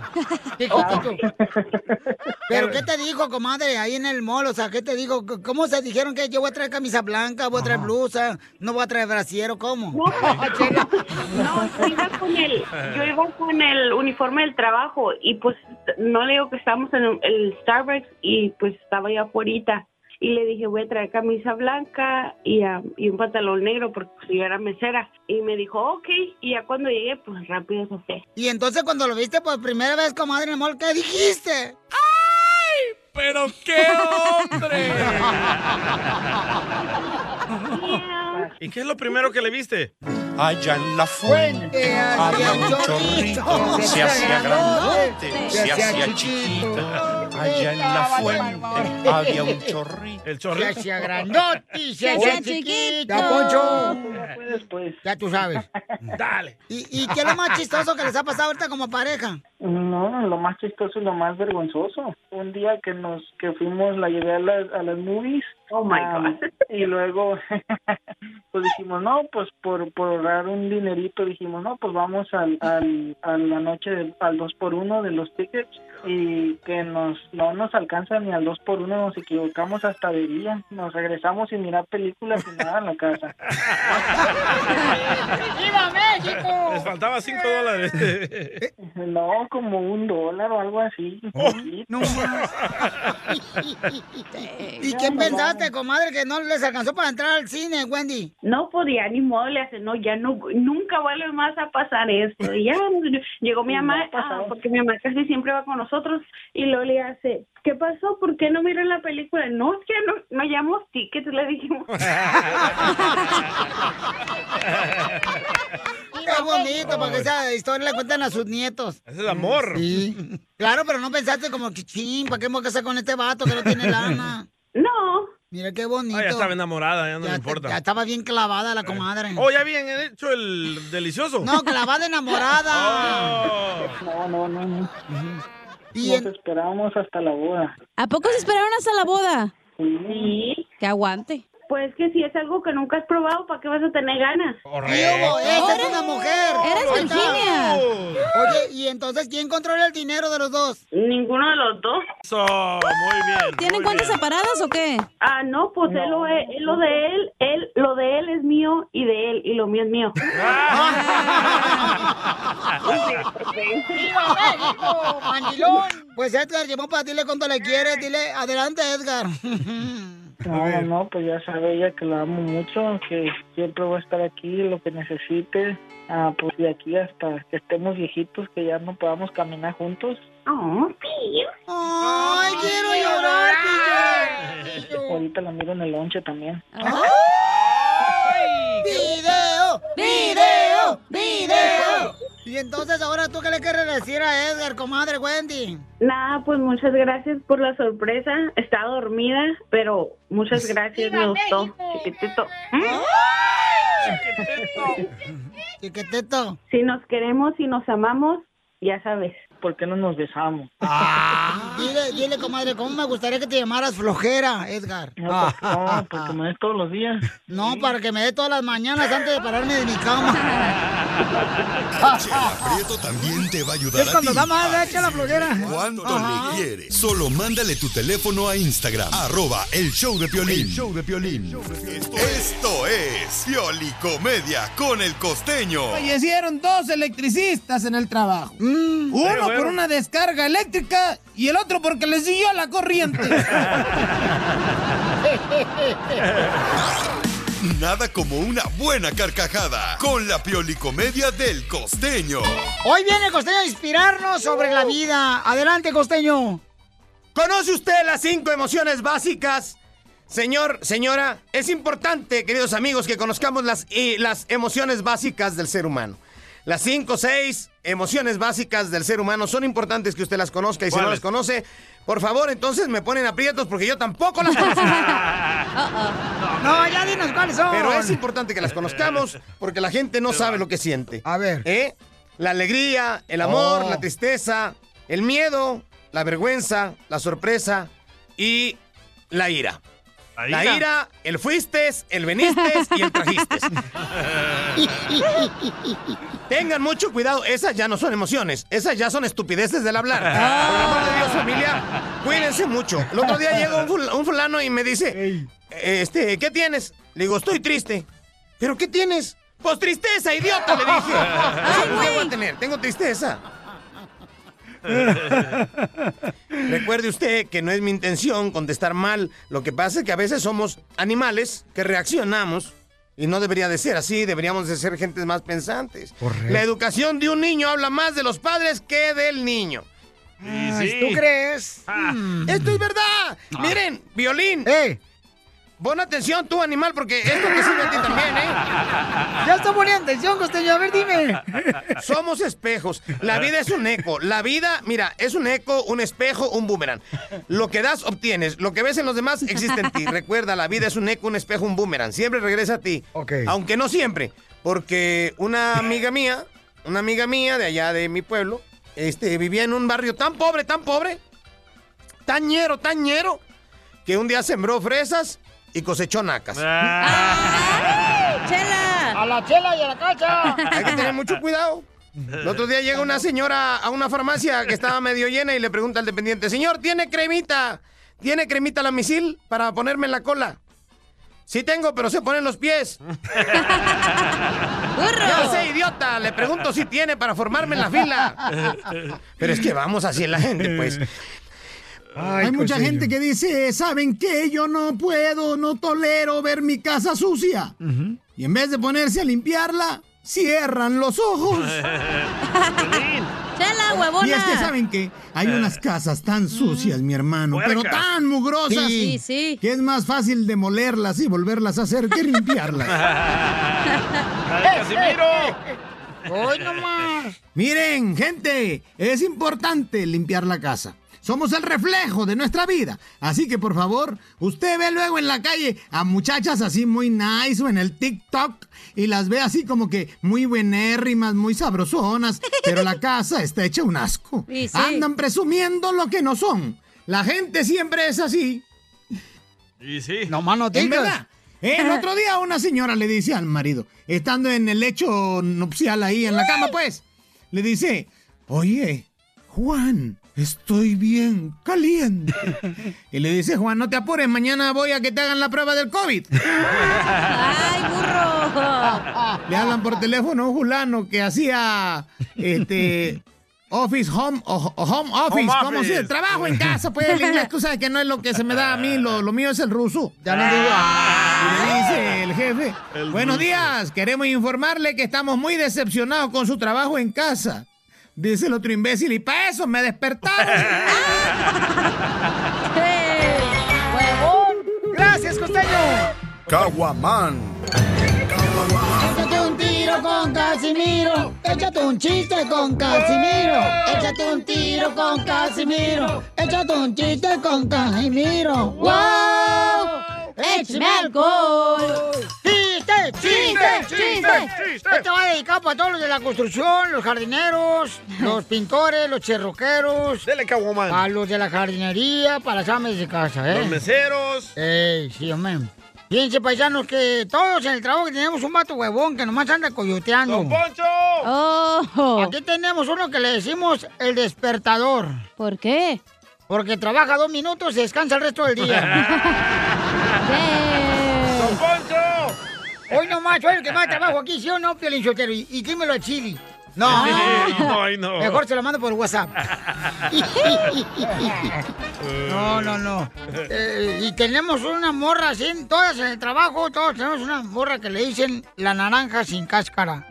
Pero ¿qué te dijo, comadre, ahí en el mall? O sea, ¿qué te dijo? C- ¿Cómo se dijeron que yo voy a traer camisa blanca, voy a traer blusa, no voy a traer brasiero? ¿Cómo? Chela.
No, yo iba con el, yo iba con el uniforme del trabajo y pues no le digo que estábamos en el Starbucks y pues estaba ya afuera y le dije voy a traer camisa blanca y, ah, y un pantalón negro porque pues, yo era mesera y me dijo ok y ya cuando llegué pues rápido se fue.
Y entonces cuando lo viste por primera vez, comadre, en el mall, ¿qué dijiste?
Pero qué hombre. ¿Y qué es lo primero que le viste?
Allá en la fuente había un chorrito, se hacía grandote, se hacía chiquita. Allá en la fuente había un chorrito.
El
Se
chorrito.
hacía grandote y se hacía chiquito. Ya, Poncho. Ya tú sabes.
Dale.
¿Y, y qué es lo más chistoso que les ha pasado ahorita como pareja?
No, lo más chistoso y lo más vergonzoso. Un día que nos que fuimos, la llevé a las, a las movies.
Oh my
ah, Y luego, pues dijimos, no, pues por, por ahorrar un dinerito, dijimos, no, pues vamos al, al, a la noche del- al 2 por 1 de los tickets y que nos no nos alcanza ni al 2 por 1 nos equivocamos hasta de día. Nos regresamos sin mirar películas y nada en la casa.
¡Viva México!
Les faltaba 5 dólares.
No, como un dólar o algo así.
no ¿Y qué pensaste, comadre, que no les alcanzó para entrar al cine, Wendy?
No podía ni modo, le hace, no, ya no, nunca vuelve más a pasar esto. Y ya llegó mi
No
mamá,
ha pasado.
ah, porque mi mamá casi siempre va con nosotros, y luego le hace, ¿qué pasó? ¿Por qué no miran la película? No, es que no, no llamamos tickets, le dijimos.
Qué Ah, bonito, para que esa historia la cuentan a sus nietos.
Es el amor.
Sí. Claro, pero no pensaste como, que, ching, ¿para qué me voy a casar con este vato que no tiene lana?
No.
Mira qué bonito.
Ah, ya estaba enamorada, ya no le
Ya
importa.
estaba bien clavada la comadre.
Oh, ya habían hecho el delicioso.
No, clavada enamorada.
No, no, no. no. Nos esperábamos hasta la boda.
¿A poco se esperaron hasta la boda?
Sí.
Que aguante.
Pues que si es algo que nunca has probado, ¿para qué vas a tener ganas?
Correcto. Esta es una mujer.
Eres
Ahí está.
Virginia.
Oye, ¿y entonces quién controla el dinero de los dos?
Ninguno de los dos.
muy bien.
¿Tienen cuentas separadas o qué?
Ah, no, pues él lo, es, él lo de él, él, lo de él es mío y de él, y lo mío es mío.
¡Viva México, Pues Edgar, llevó para dile cuánto le quieres. Dile, adelante, Edgar.
No, no, no, pues ya sabe ella que la amo mucho, que siempre voy a estar aquí, lo que necesite. Ah, pues de aquí hasta que estemos viejitos, que ya no podamos caminar juntos.
¡Ay, quiero llorar,
Ahorita la miro en el lonche también.
¡Video! ¡Video! ¡Video! Y entonces ahora tú qué le quieres decir a Edgar, comadre Wendy.
Nada, pues muchas gracias por la sorpresa. Estaba dormida, pero muchas gracias, me gustó. Chiquitito. ¿Mm?
Chiquitito.
Si nos queremos y nos amamos, ya sabes. ¿Por qué no nos besamos?
Ah,
Dile, dile, comadre, ¿cómo me gustaría que te llamaras flojera, Edgar? Ah,
No, pues, porque-
pues,
no, porque me des todos los días.
No, para que me dé todas las mañanas antes de pararme de mi cama.
Chela Prieto también te va a ayudar
Es
a
cuando
ti
da más,
a
¿eh? Echa la flojera.
decir ¿Cuánto
Ajá.
le quieres? Solo mándale tu teléfono a Instagram, arroba el show de Piolín.
El
show de Piolín. Esto es Piolicomedia con el costeño.
Fallecieron dos electricistas en el trabajo.
Mm.
Uno
Pero, pero.
por una descarga eléctrica y el otro porque le siguió la corriente.
Nada como una buena carcajada con la Piolicomedia del costeño.
Hoy viene Costeño a inspirarnos sobre la vida. Adelante, Costeño.
¿Conoce usted las cinco emociones básicas? Señor, señora, es importante, queridos amigos, que conozcamos las, eh, las emociones básicas del ser humano. Las cinco, seis emociones básicas del ser humano son importantes que usted las conozca y si no
¿Cuáles?
las conoce, por favor, entonces me ponen aprietos porque yo tampoco las conozco.
No, ya dinos cuáles son.
Pero es importante que las conozcamos porque la gente no sabe lo que siente. A ver. La alegría, el amor,
Oh.
la tristeza, el miedo, la vergüenza, la sorpresa y la ira. La ira,
ira.
el fuiste, el veniste y el trajiste. Tengan mucho cuidado, esas ya no son emociones, esas ya son estupideces del hablar. Por el
Ah,
amor de Dios, familia, cuídense mucho. El otro día llega un, ful- un fulano y me dice, este, ¿qué tienes? Le digo, estoy triste. ¿Pero qué tienes? Pues tristeza, idiota, le dije. Eso nunca voy a tener, tengo tristeza. Recuerde usted que no es mi intención contestar mal. Lo que pasa es que a veces somos animales que reaccionamos y no debería de ser así. Deberíamos de ser gentes más pensantes. La educación de un niño habla más de los padres que del niño.
sí. Ah. ¿tú crees?
Mm. Esto es verdad. Miren, violín. Eh. Pon atención tú, animal, porque esto te sirve a ti también, ¿eh?
Ya está poniendo atención, Costeño. A ver, dime.
Somos espejos. La vida es un eco. La vida, mira, es un eco, un espejo, un boomerang. Lo que das, obtienes. Lo que ves en los demás existe en ti. Recuerda, la vida es un eco, un espejo, un boomerang. Siempre regresa a ti. Aunque no siempre. Porque una amiga mía, una amiga mía de allá de mi pueblo, este, vivía en un barrio tan pobre, tan pobre, tan ñero, tan ñero, que un día sembró fresas y cosechó nacas.
¡Chela! ¡A la chela y a la cacha!
Hay que tener mucho cuidado. El otro día llega una señora a una farmacia que estaba medio llena y le pregunta al dependiente, señor, ¿tiene cremita? ¿Tiene cremita la misil para ponerme en la cola? Sí tengo, pero se ponen los pies. Yo sé, idiota, le pregunto si tiene para formarme en la fila. Pero es que vamos así la gente, pues.
Hay mucha
pues,
gente que dice, ¿saben qué? Yo no puedo, no tolero ver mi casa sucia. Y en vez de ponerse a limpiarla, cierran los ojos.
Chela, huevona.
Y es que saben que hay
Eh,
unas casas tan sucias, mi hermano, pero
Puercas.
tan mugrosas
Sí,
que es más fácil demolerlas y volverlas a hacer que limpiarlas.
¡Hoy nomás!
Miren, gente, es importante limpiar la casa. Somos el reflejo de nuestra vida. Así que, por favor, usted ve luego en la calle a muchachas así muy nice o en el TikTok y las ve así como que muy buenérrimas, muy sabrosonas, pero la casa está hecha un asco.
Sí, sí.
Andan presumiendo lo que no son. La gente siempre es así.
Y sí.
No, mano,
digas.
El otro día una señora le dice al marido, estando en el lecho nupcial ahí en la cama, pues, le dice, oye, Juan, estoy bien caliente. Y le dice, Juan, no te apures, mañana voy a que te hagan la prueba del COVID.
¡Ay, burro!
Le hablan por teléfono a un fulano que hacía, este... Office, home, o- o home office,
Home
¿cómo
office.
se dice? Trabajo en casa, pues el inglés, tú sabes que no es lo que se me da a mí, lo, lo mío es el ruso. Ya le digo, y le dice el jefe, buenos
ruso.
días, queremos informarle que estamos muy decepcionados con su trabajo en casa. Dice el otro imbécil, y para eso me despertaron.
¡Gracias, Costeño!
Caguaman.
Échate un tiro con Casimiro. Échate un chiste con Casimiro. Échate un tiro con Casimiro. Échate un chiste con Casimiro. ¡Wow!
¡Échame alcohol!
¡Chiste! ¡Chiste! ¡Chiste! Esto va dedicado para todos los de la construcción, los jardineros, los pintores, los cherroqueros.
Dele,
A los de la jardinería, para las amas de casa, ¿eh?
Los meseros.
¡Ey, sí, hombre! Fíjense, paisanos, que todos en el trabajo que tenemos un vato huevón que nomás anda coyoteando. ¡Don
Poncho!
Aquí tenemos uno que le decimos el despertador. ¿Por qué? Porque trabaja dos minutos y descansa el resto del día. ¡Don
Poncho!
Hoy nomás soy el que más trabajo aquí, ¿sí o no, Piolín Sotero? Y, y dímelo a Chili. No,
No, ay, no.
Mejor se lo mando por WhatsApp. No, no, no. Eh, y tenemos una morra así, todas en el trabajo, todos tenemos una morra que le dicen la naranja sin cáscara.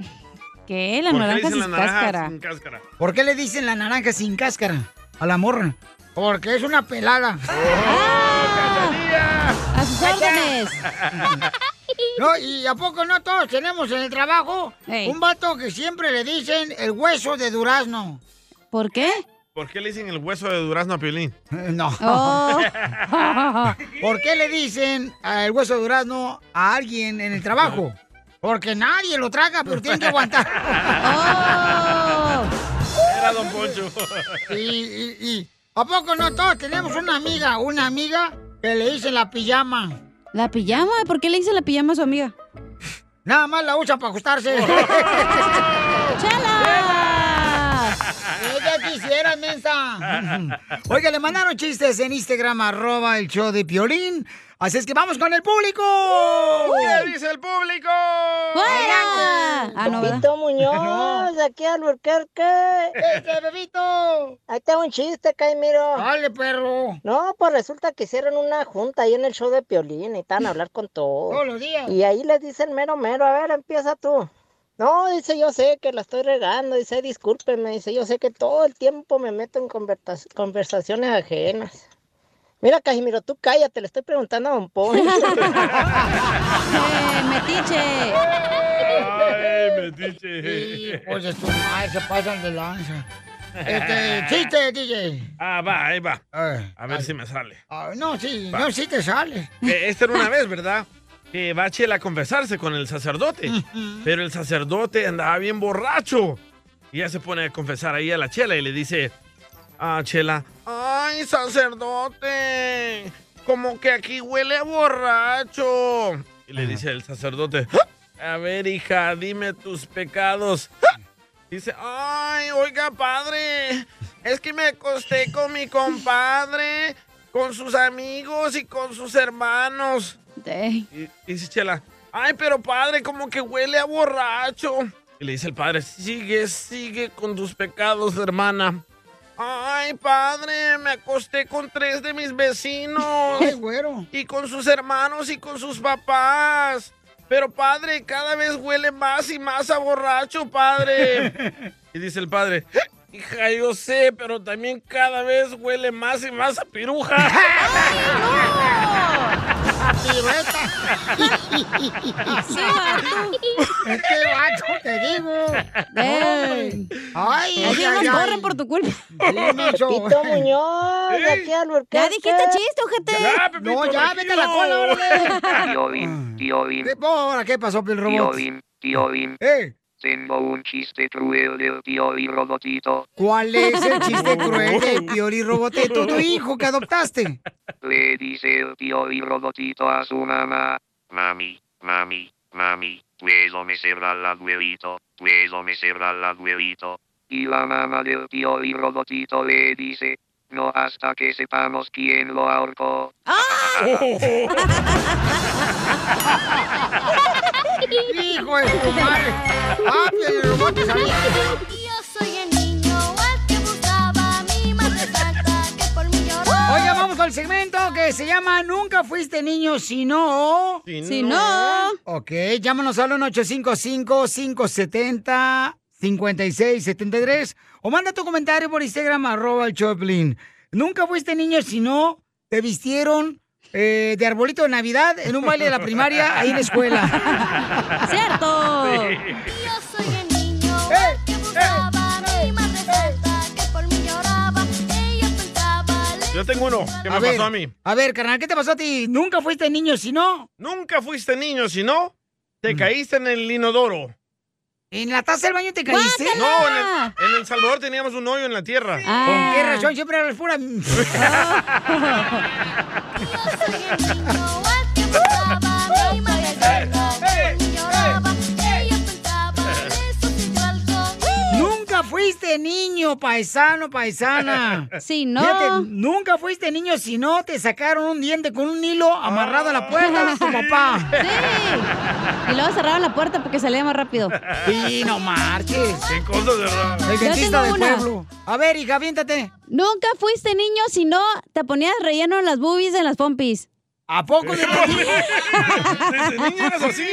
¿Qué?
La ¿Por qué naranja dicen la sin naranja cáscara? sin
cáscara?
¿Por qué le dicen la naranja sin cáscara a la morra? Porque es una pelada.
Ah.
¡Oh, ¡A sus órdenes! No, y a poco no todos tenemos en el trabajo un vato que siempre le dicen el hueso de durazno. ¿Por qué?
¿Por qué le dicen el hueso de durazno a Piolín?
No. Oh. ¿Por qué le dicen eh, el hueso de durazno a alguien en el trabajo? Porque nadie lo traga, pero tienen que aguantar.
Era Don Poncho.
Y, y- y, ¿A poco no todos tenemos una amiga? Una amiga que le dicen la pijama.
¿La pijama? ¿Por qué le hice la pijama a su amiga?
Nada más la usa para ajustarse.
¡Chela!
Ella quisiera, mensa. Oiga, le mandaron chistes en Instagram, arroba el show de Piolín. Así es que vamos con el público.
¿Qué dice el público?
¡Fuera!
Ah, no, ¿verdad?
Pepito Muñoz, aquí al Burquerque.
¡Este, Pepito!
Ahí está un chiste, Caimiro.
¡Dale, perro!
No, pues resulta que hicieron una junta ahí en el show de Piolín y estaban a hablar con todos.
Todos los días.
Y ahí les dicen mero mero, a ver, empieza tú. No, dice, yo sé que la estoy regando, dice, discúlpeme, dice, yo sé que todo el tiempo me meto en convertas- conversaciones ajenas. Mira, Casimiro, tú cállate, le estoy preguntando a Don Poncho.
Eh, ¡Metiche!
Ay, metiche.
Pues es tu madre, se pasan de lanza. Este, chiste, DJ.
Ah, va, ahí va. A ver si me sale.
Ay, no, sí,
Va.
no, sí te sale.
Eh, esta era una vez, ¿verdad? Que va Chela a confesarse con el sacerdote. Pero el sacerdote andaba bien borracho. Y ya se pone a confesar ahí a la Chela y le dice: Ah, Chela, ¡Ay, sacerdote! Como que aquí huele a borracho. Y le dice el sacerdote, "Ah, a ver hija, dime tus pecados. Dice, ay, oiga padre, es que me acosté con mi compadre, con sus amigos y con sus hermanos. Y dice Chela, ay, pero padre, como que huele a borracho. Y le dice el padre, sigue, sigue con tus pecados, hermana. Ay, padre, me acosté con tres de mis vecinos. Y con sus hermanos y con sus papás. Pero, padre, cada vez huele más y más a borracho, padre. y dice el padre, hija, yo sé, pero también cada vez huele más y más a piruja.
Este vato, te digo.
Ey.
Ay,
Así
ay,
nos
ay.
corren por tu culpa.
Pepito Muñoz,
Sí.
aquí al Burquerque.
Ya dijiste chiste, ojete. Ya, Pepito,
No, ya, vete a la cola, órale.
Tío Bim, tío Bim,
¿Qué, ahora, ¿qué pasó, Pil
tío
Ah. Eh, Robot? Eh.
Bim, tío Bim. Tengo un chiste cruel del tío Bim Robotito.
¿Cuál es el chiste cruel de Pioli Roboteto, tu hijo que adoptaste?
Le dice el tío Bim Robotito a su mamá. Mami, mami, mami, puedo me cerrar el abuelito, puedo me cerrar el abuelito. Y la mamá del tío Bim Robotito le dice, no hasta que sepamos quién lo ahorcó.
Hijo de tu madre. Ah, Pioli Robot, te saliste. Oiga, vamos al segmento que se llama Nunca fuiste niño, si no.
Si Si no.
Ok, llámanos al 1-855-570-5673 o manda tu comentario por Instagram, arroba el Choplin. Nunca fuiste niño, si no, te vistieron eh, de arbolito de Navidad en un baile de la primaria ahí en la escuela.
¡Cierto!
Yo tengo uno que me
ver,
pasó a mí.
A ver, carnal, ¿qué te pasó a ti? ¿Nunca fuiste niño si no? Mm.
Nunca fuiste niño si no. Te caíste en el inodoro.
¿En la taza del baño te caíste? Ah.
No, en el, en El Salvador teníamos un hoyo en la tierra.
¿Con qué razón? Siempre hablas pura... Nunca fuiste niño, paisano, paisana.
Sí, no.
Fíjate, nunca fuiste niño si no te sacaron un diente con un hilo amarrado a la puerta de tu papá.
Sí. Y luego cerraron la puerta porque salía más rápido.
Sí, no marches.
Qué cosa de raro.
El
Yo
dentista
tengo
del
una.
pueblo. A ver, hija, aviéntate.
Nunca fuiste niño si no te ponías relleno en las boobies, en las pompis.
¿A poco de
Desde niño eras así.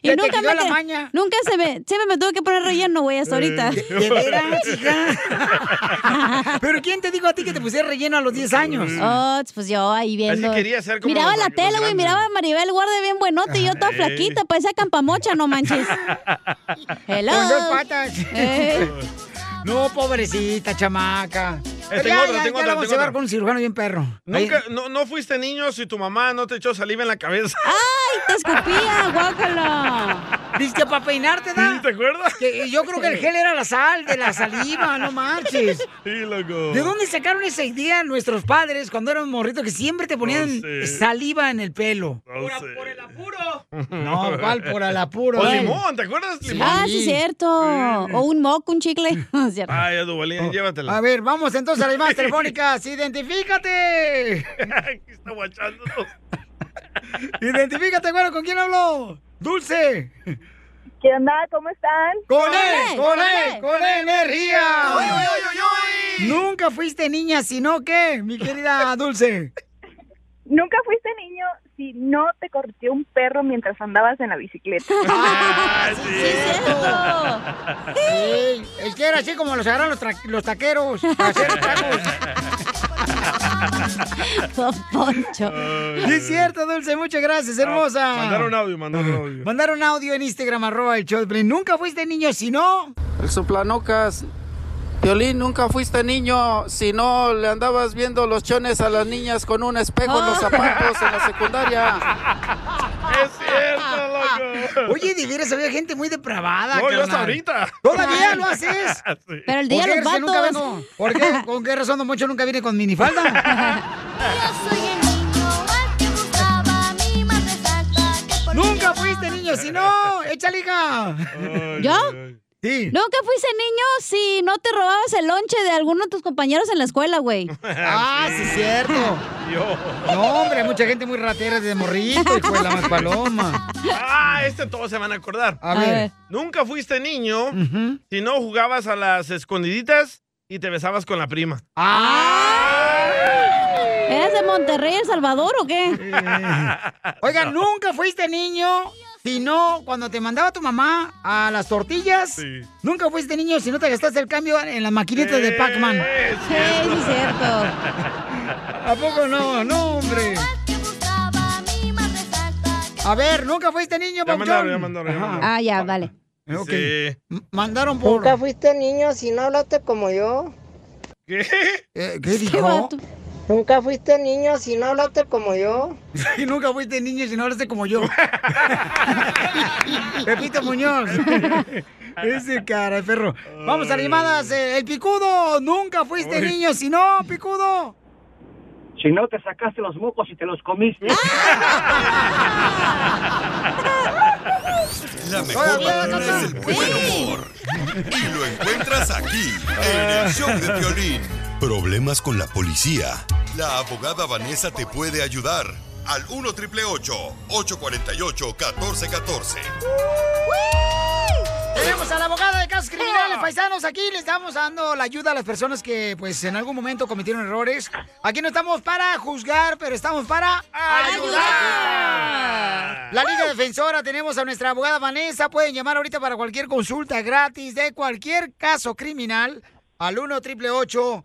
Y
Se te
nunca
quitó
me
la
te-
maña. Eh,
Nunca se me, siempre me tuve que poner relleno, güey, hasta ahorita.
¿De veras, hija? ¿Pero quién te dijo a ti que te pusieras relleno a los 10 años?
Oh, pues yo ahí viendo.
Así quería ser como
miraba
los-
la
los
tele, güey,
grandes. Ah, eh.
miraba a Maribel Guardia bien buenote y yo toda
Ey.
flaquita, parecía campamocha, no manches. Hello.
Con dos patas.
Eh.
No, pobrecita chamaca. Pero
Eh, tengo
ya,
otra,
ya,
tengo
ya
otra,
la vamos a
tengo
llevar
otra.
con un cirujano bien perro.
Nunca, no, no fuiste niño si tu mamá no te echó saliva en la cabeza.
¡Ay, te escupía, guácala!
Dice que para peinarte, ¿da?
¿Te acuerdas?
Que- yo creo que el gel era la sal de la saliva, no marches.
Sí, loco.
¿De dónde sacaron esa idea nuestros padres cuando eran morritos que siempre te ponían
sé.
saliva en el pelo?
por el
apuro. No, ¿cuál? Por al apuro.
O
eh.
limón, ¿te acuerdas? Limón.
Ah, sí, cierto. O un moco, un chicle. No, es cierto.
Ay, Adubalín, llévatela.
Oh, A ver, vamos entonces a las más telefónicas. ¡Identifícate!
Está guachando.
¡Identifícate, bueno, ¿con quién hablo? ¡Dulce!
¿Qué onda? ¿Cómo están?
¡Con
E,
él! ¡Con él! ¡Con E, energía! Nunca fuiste niña, sino que, mi querida Dulce.
Nunca fuiste niño si no te corrió un perro mientras andabas en la bicicleta.
Ah, Sí, es que era así como los agarran los, tra- los taqueros. para hacer
Don Poncho.
Sí, es cierto, Dulce. Muchas gracias, hermosa.
Mandaron audio, mandaron audio.
Mandaron audio en Instagram, arroba el show de Piolín. Nunca fuiste niño, si no...
El soplanocas. Violín, nunca fuiste niño, si no le andabas viendo los chones a las niñas con un espejo en los zapatos en la secundaria.
Es cierto,
loco. Oye, de veras, había gente muy depravada,
No, yo hasta
carnal.
ahorita.
¿Todavía lo haces?
Sí.
Pero el día
¿Por
de
qué
los
crees que nunca
vatos.
vengo? ¿Por qué? ¿Con qué razón Don Moncho nunca viene con minifalda? ¡Nunca fuiste niño! ¡Si no! ¡Échale, hija!
¿Yo?
Sí.
Nunca fuiste niño si no te robabas el lonche de alguno de tus compañeros en la escuela, güey.
¡Ah, sí, es cierto! No, hombre, hay mucha gente muy ratera desde morrito, hijo Ah, de la más paloma.
Ah, este todos se van a acordar.
A ver. ver.
Nunca fuiste niño si no jugabas a las escondiditas y te besabas con la prima.
Ah.
¿Eres de Monterrey, El Salvador o qué?
Oiga, nunca fuiste niño si no, cuando te mandaba tu mamá a las tortillas, nunca fuiste niño si no te gastaste el cambio en las maquinitas de Pac-Man.
Sí, sí, es cierto.
¿A poco no? No, hombre. A ver, nunca fuiste niño,
Ya mandaron, ya
Pauchón?
mandaron, ya
Ajá.
mandaron.
Ah, ya, vale.
Ok.
Sí.
Mandaron por.
Nunca fuiste niño si no hablaste como yo.
¿Qué?
Eh, ¿Qué dijo?
Nunca fuiste niño si no hablaste como yo.
Y nunca fuiste niño si no hablaste como yo. Pepito Muñoz. Ese cara de perro. Vamos a las llamadas. eh, El picudo. Nunca fuiste niño si no, picudo.
Si no te sacaste los mocos y te los comiste.
Ah.
La mejor vacuna es el buen humor. Y lo encuentras aquí, en el show de violín.
Problemas con la policía.
La abogada Vanessa te puede ayudar. Al 1 triple 848 1414.
Tenemos a la abogada de casos criminales, paisanos. Aquí les estamos dando la ayuda a las personas que, pues, en algún momento cometieron errores. Aquí no estamos para juzgar, pero estamos para ayudar. La Liga Defensora, tenemos a nuestra abogada Vanessa. Pueden llamar ahorita para cualquier consulta gratis de cualquier caso criminal al 1 888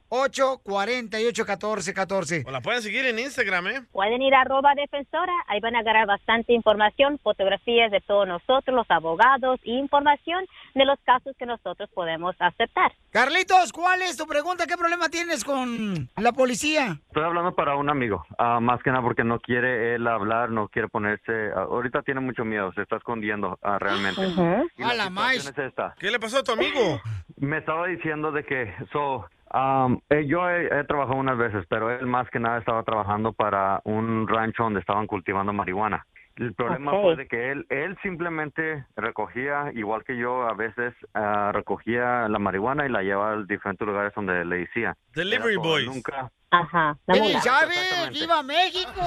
1-848-1414.
O la pueden seguir en Instagram, ¿eh?
Pueden ir a arroba defensora, ahí van a agarrar bastante información, fotografías de todos nosotros, los abogados, y información de los casos que nosotros podemos aceptar.
Carlitos, ¿cuál es tu pregunta? ¿Qué problema tienes con la policía?
Estoy hablando para un amigo, ah, más que nada porque no quiere él hablar, no quiere ponerse. ah, ahorita tiene mucho miedo, se está escondiendo ah, realmente. Y
A la
situación
más.
es esta.
¿Qué le pasó a tu amigo?
Me estaba diciendo de que so, um, eh, yo he, he trabajado unas veces, pero él más que nada estaba trabajando para un rancho donde estaban cultivando marihuana. El problema
Ok.
fue de que él, él simplemente recogía, igual que yo a veces, ah, recogía la marihuana y la llevaba a diferentes lugares donde le decía.
Delivery
Era todo,
Boys.
Nunca,
Ajá.
¡Feliz Chávez! ¡Viva México!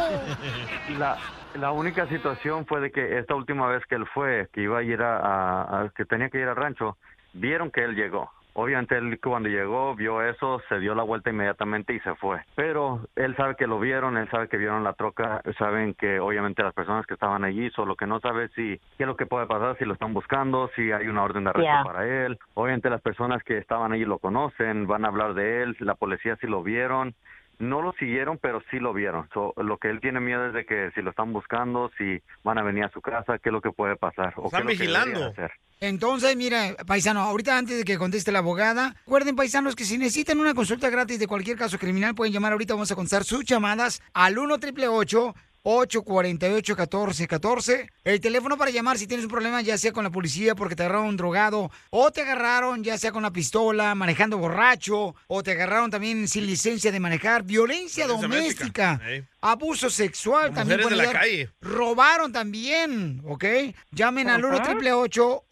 la, la única situación fue de que esta última vez que él fue, que iba a ir a, a- a- que tenía que ir al rancho, vieron que él llegó. Obviamente él cuando llegó vio eso, se dio la vuelta inmediatamente y se fue. Pero él sabe que lo vieron, él sabe que vieron la troca, saben que obviamente las personas que estaban allí, solo que no sabe si qué es lo que puede pasar, si lo están buscando, si hay una orden de arresto
Ya.
para él. Obviamente las personas que estaban allí lo conocen, van a hablar de él, la policía sí lo vieron, no lo siguieron, pero sí lo vieron. So, lo que él tiene miedo es de que si lo están buscando, si van a venir a su casa, qué es lo que puede pasar. O
Están
qué es lo que deberían
vigilando.
hacer.
Entonces, mira, paisano, ahorita antes de que conteste la abogada, recuerden, paisanos, que si necesitan una consulta gratis de cualquier caso criminal, pueden llamar ahorita, vamos a contestar sus llamadas al 1 888 848 1414 El teléfono para llamar si tienes un problema, ya sea con la policía porque te agarraron drogado, o te agarraron ya sea con la pistola, manejando borracho, o te agarraron también sin licencia de manejar, violencia, doméstica,
Ey.
abuso sexual
mujeres
también.
de
pueden
la
ayudar.
calle.
Robaron también, ¿ok? Llamen al
Ajá.
1 triple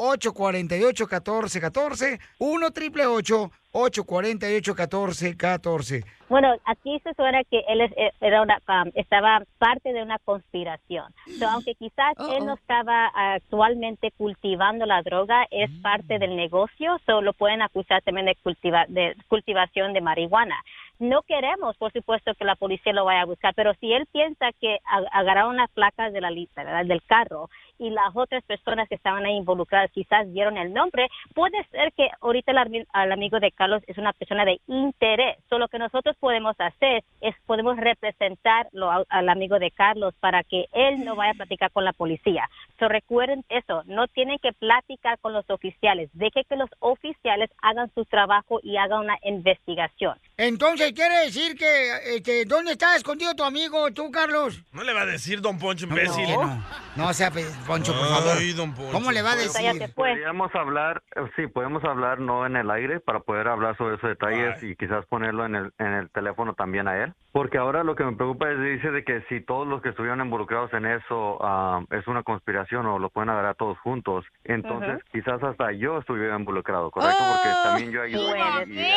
848 1414 1 triple 848 1414
Bueno, aquí se suena que él es- eh, era una, um, estaba parte de una conspiración. So, aunque quizás él no estaba actualmente cultivando la droga, es
Mm.
parte del negocio, so lo pueden acusar también de, cultiva- de cultivación de marihuana. No queremos, por supuesto, que la policía lo vaya a buscar, pero si él piensa que a- agarraron las placas de la lista, ¿verdad? del carro, y las otras personas que estaban ahí involucradas quizás dieron el nombre, puede ser que ahorita el, armi- al amigo de Carlos es una persona de interés. So, lo que nosotros podemos hacer es podemos representarlo a- al amigo de Carlos para que él no vaya a platicar con la policía. So, recuerden eso, no tienen que platicar con los oficiales, deje que los oficiales hagan su trabajo y hagan una investigación.
Entonces, ¿quiere decir que este, dónde está escondido tu amigo, tú, Carlos?
No le va a decir Don Poncho, imbécil.
no, no. No sea pe- Poncho, por favor. Pues
Ay, Ah, don Poncho.
¿Cómo le va a decir?
Podríamos hablar, eh, sí, podemos hablar no en el aire para poder hablar sobre esos detalles y quizás ponerlo en el, en el teléfono también a él. Porque ahora lo que me preocupa es, dice de que si todos los que estuvieron involucrados en eso ah, es una conspiración o lo pueden agarrar todos juntos, entonces
Ujú.
quizás hasta yo estuviera involucrado, ¿correcto? Porque
Oh,
también yo ayudé.
Oh, Puede
y-
ser.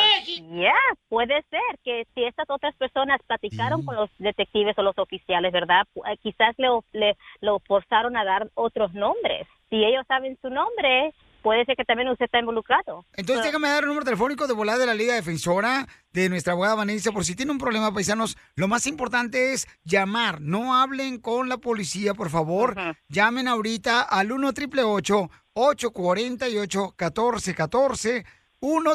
Yeah, puede ser que si estas otras personas platicaron
Mm.
con los detectives o los oficiales, ¿verdad? Pu- eh, Quizás le, of- le- lo forzaron a dar otros nombres. Si ellos saben su nombre, puede ser que también usted está involucrado.
Entonces déjame dar un número telefónico de volada de la Liga Defensora de nuestra abogada Vanessa por si tiene un problema, paisanos. Lo más importante es llamar. No hablen con la policía, por favor. Llamen ahorita al 1 888 848 1414 1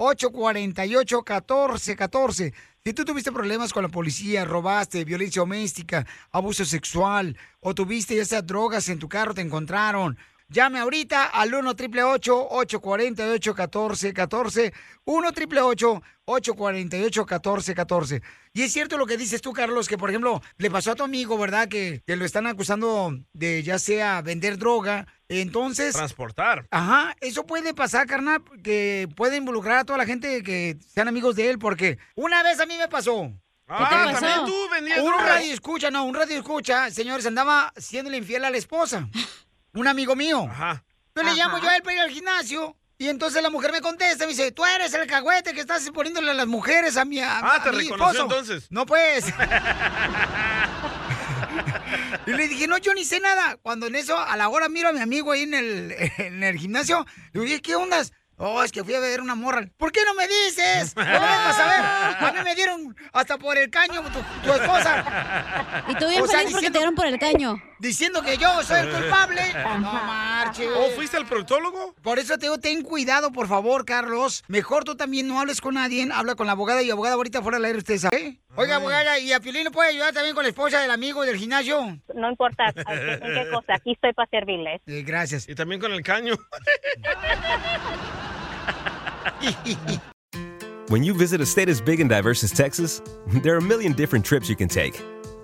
888 848 1414 Si tú tuviste problemas con la policía, robaste, violencia doméstica, abuso sexual, o tuviste ya sea drogas en tu carro, te encontraron, llame ahorita al 1 888 848 1414 1 888 848 1414 Y es cierto lo que dices tú, Carlos, que por ejemplo le pasó a tu amigo, ¿verdad? Que, que lo están acusando de ya sea vender droga. Entonces...
Transportar.
Ajá, eso puede pasar, carnal, que puede involucrar a toda la gente que sean amigos de él, porque una vez a mí me pasó.
Ah,
Ok.
también tú vendías
Un
drogas.
radio escucha, no, un radio escucha, señores, andaba siendo infiel a la esposa. Un amigo mío.
Ajá.
Yo le llamo yo a él para ir al gimnasio. Y entonces la mujer me contesta, me dice, tú eres el cagüete que estás poniéndole a las mujeres a mi a-
Ah,
a
te
mi
reconoció
esposo".
entonces.
No pues. y le dije, no, yo ni sé nada. Cuando en eso, a la hora miro a mi amigo ahí en el, en el gimnasio, le dije, ¿qué ondas? Oh, es que fui a ver una morra. ¿Por qué no me dices? ¿Cómo me vas a ver? A mí me dieron hasta por el caño tu, tu esposa.
Y tú bien
O sea,
feliz porque te
diciendo-
dieron por el caño.
diciendo que yo soy el culpable. No marches.
¿O Eh. ¿Oh, fuiste al proctólogo?
Por eso te digo, ten cuidado, por favor, Carlos. Mejor tú también no hables con nadie. Habla con la abogada y abogada ahorita fuera del aire, ustedes saben. Oiga, abogada, ¿y a Piolín le puede ayudar también con la esposa del amigo del gimnasio?
No importa en qué cosa, aquí estoy para servirles.
Eh, gracias.
Y también con el caño.
When you visit a state as big and diverse as Texas, there are a million different trips you can take.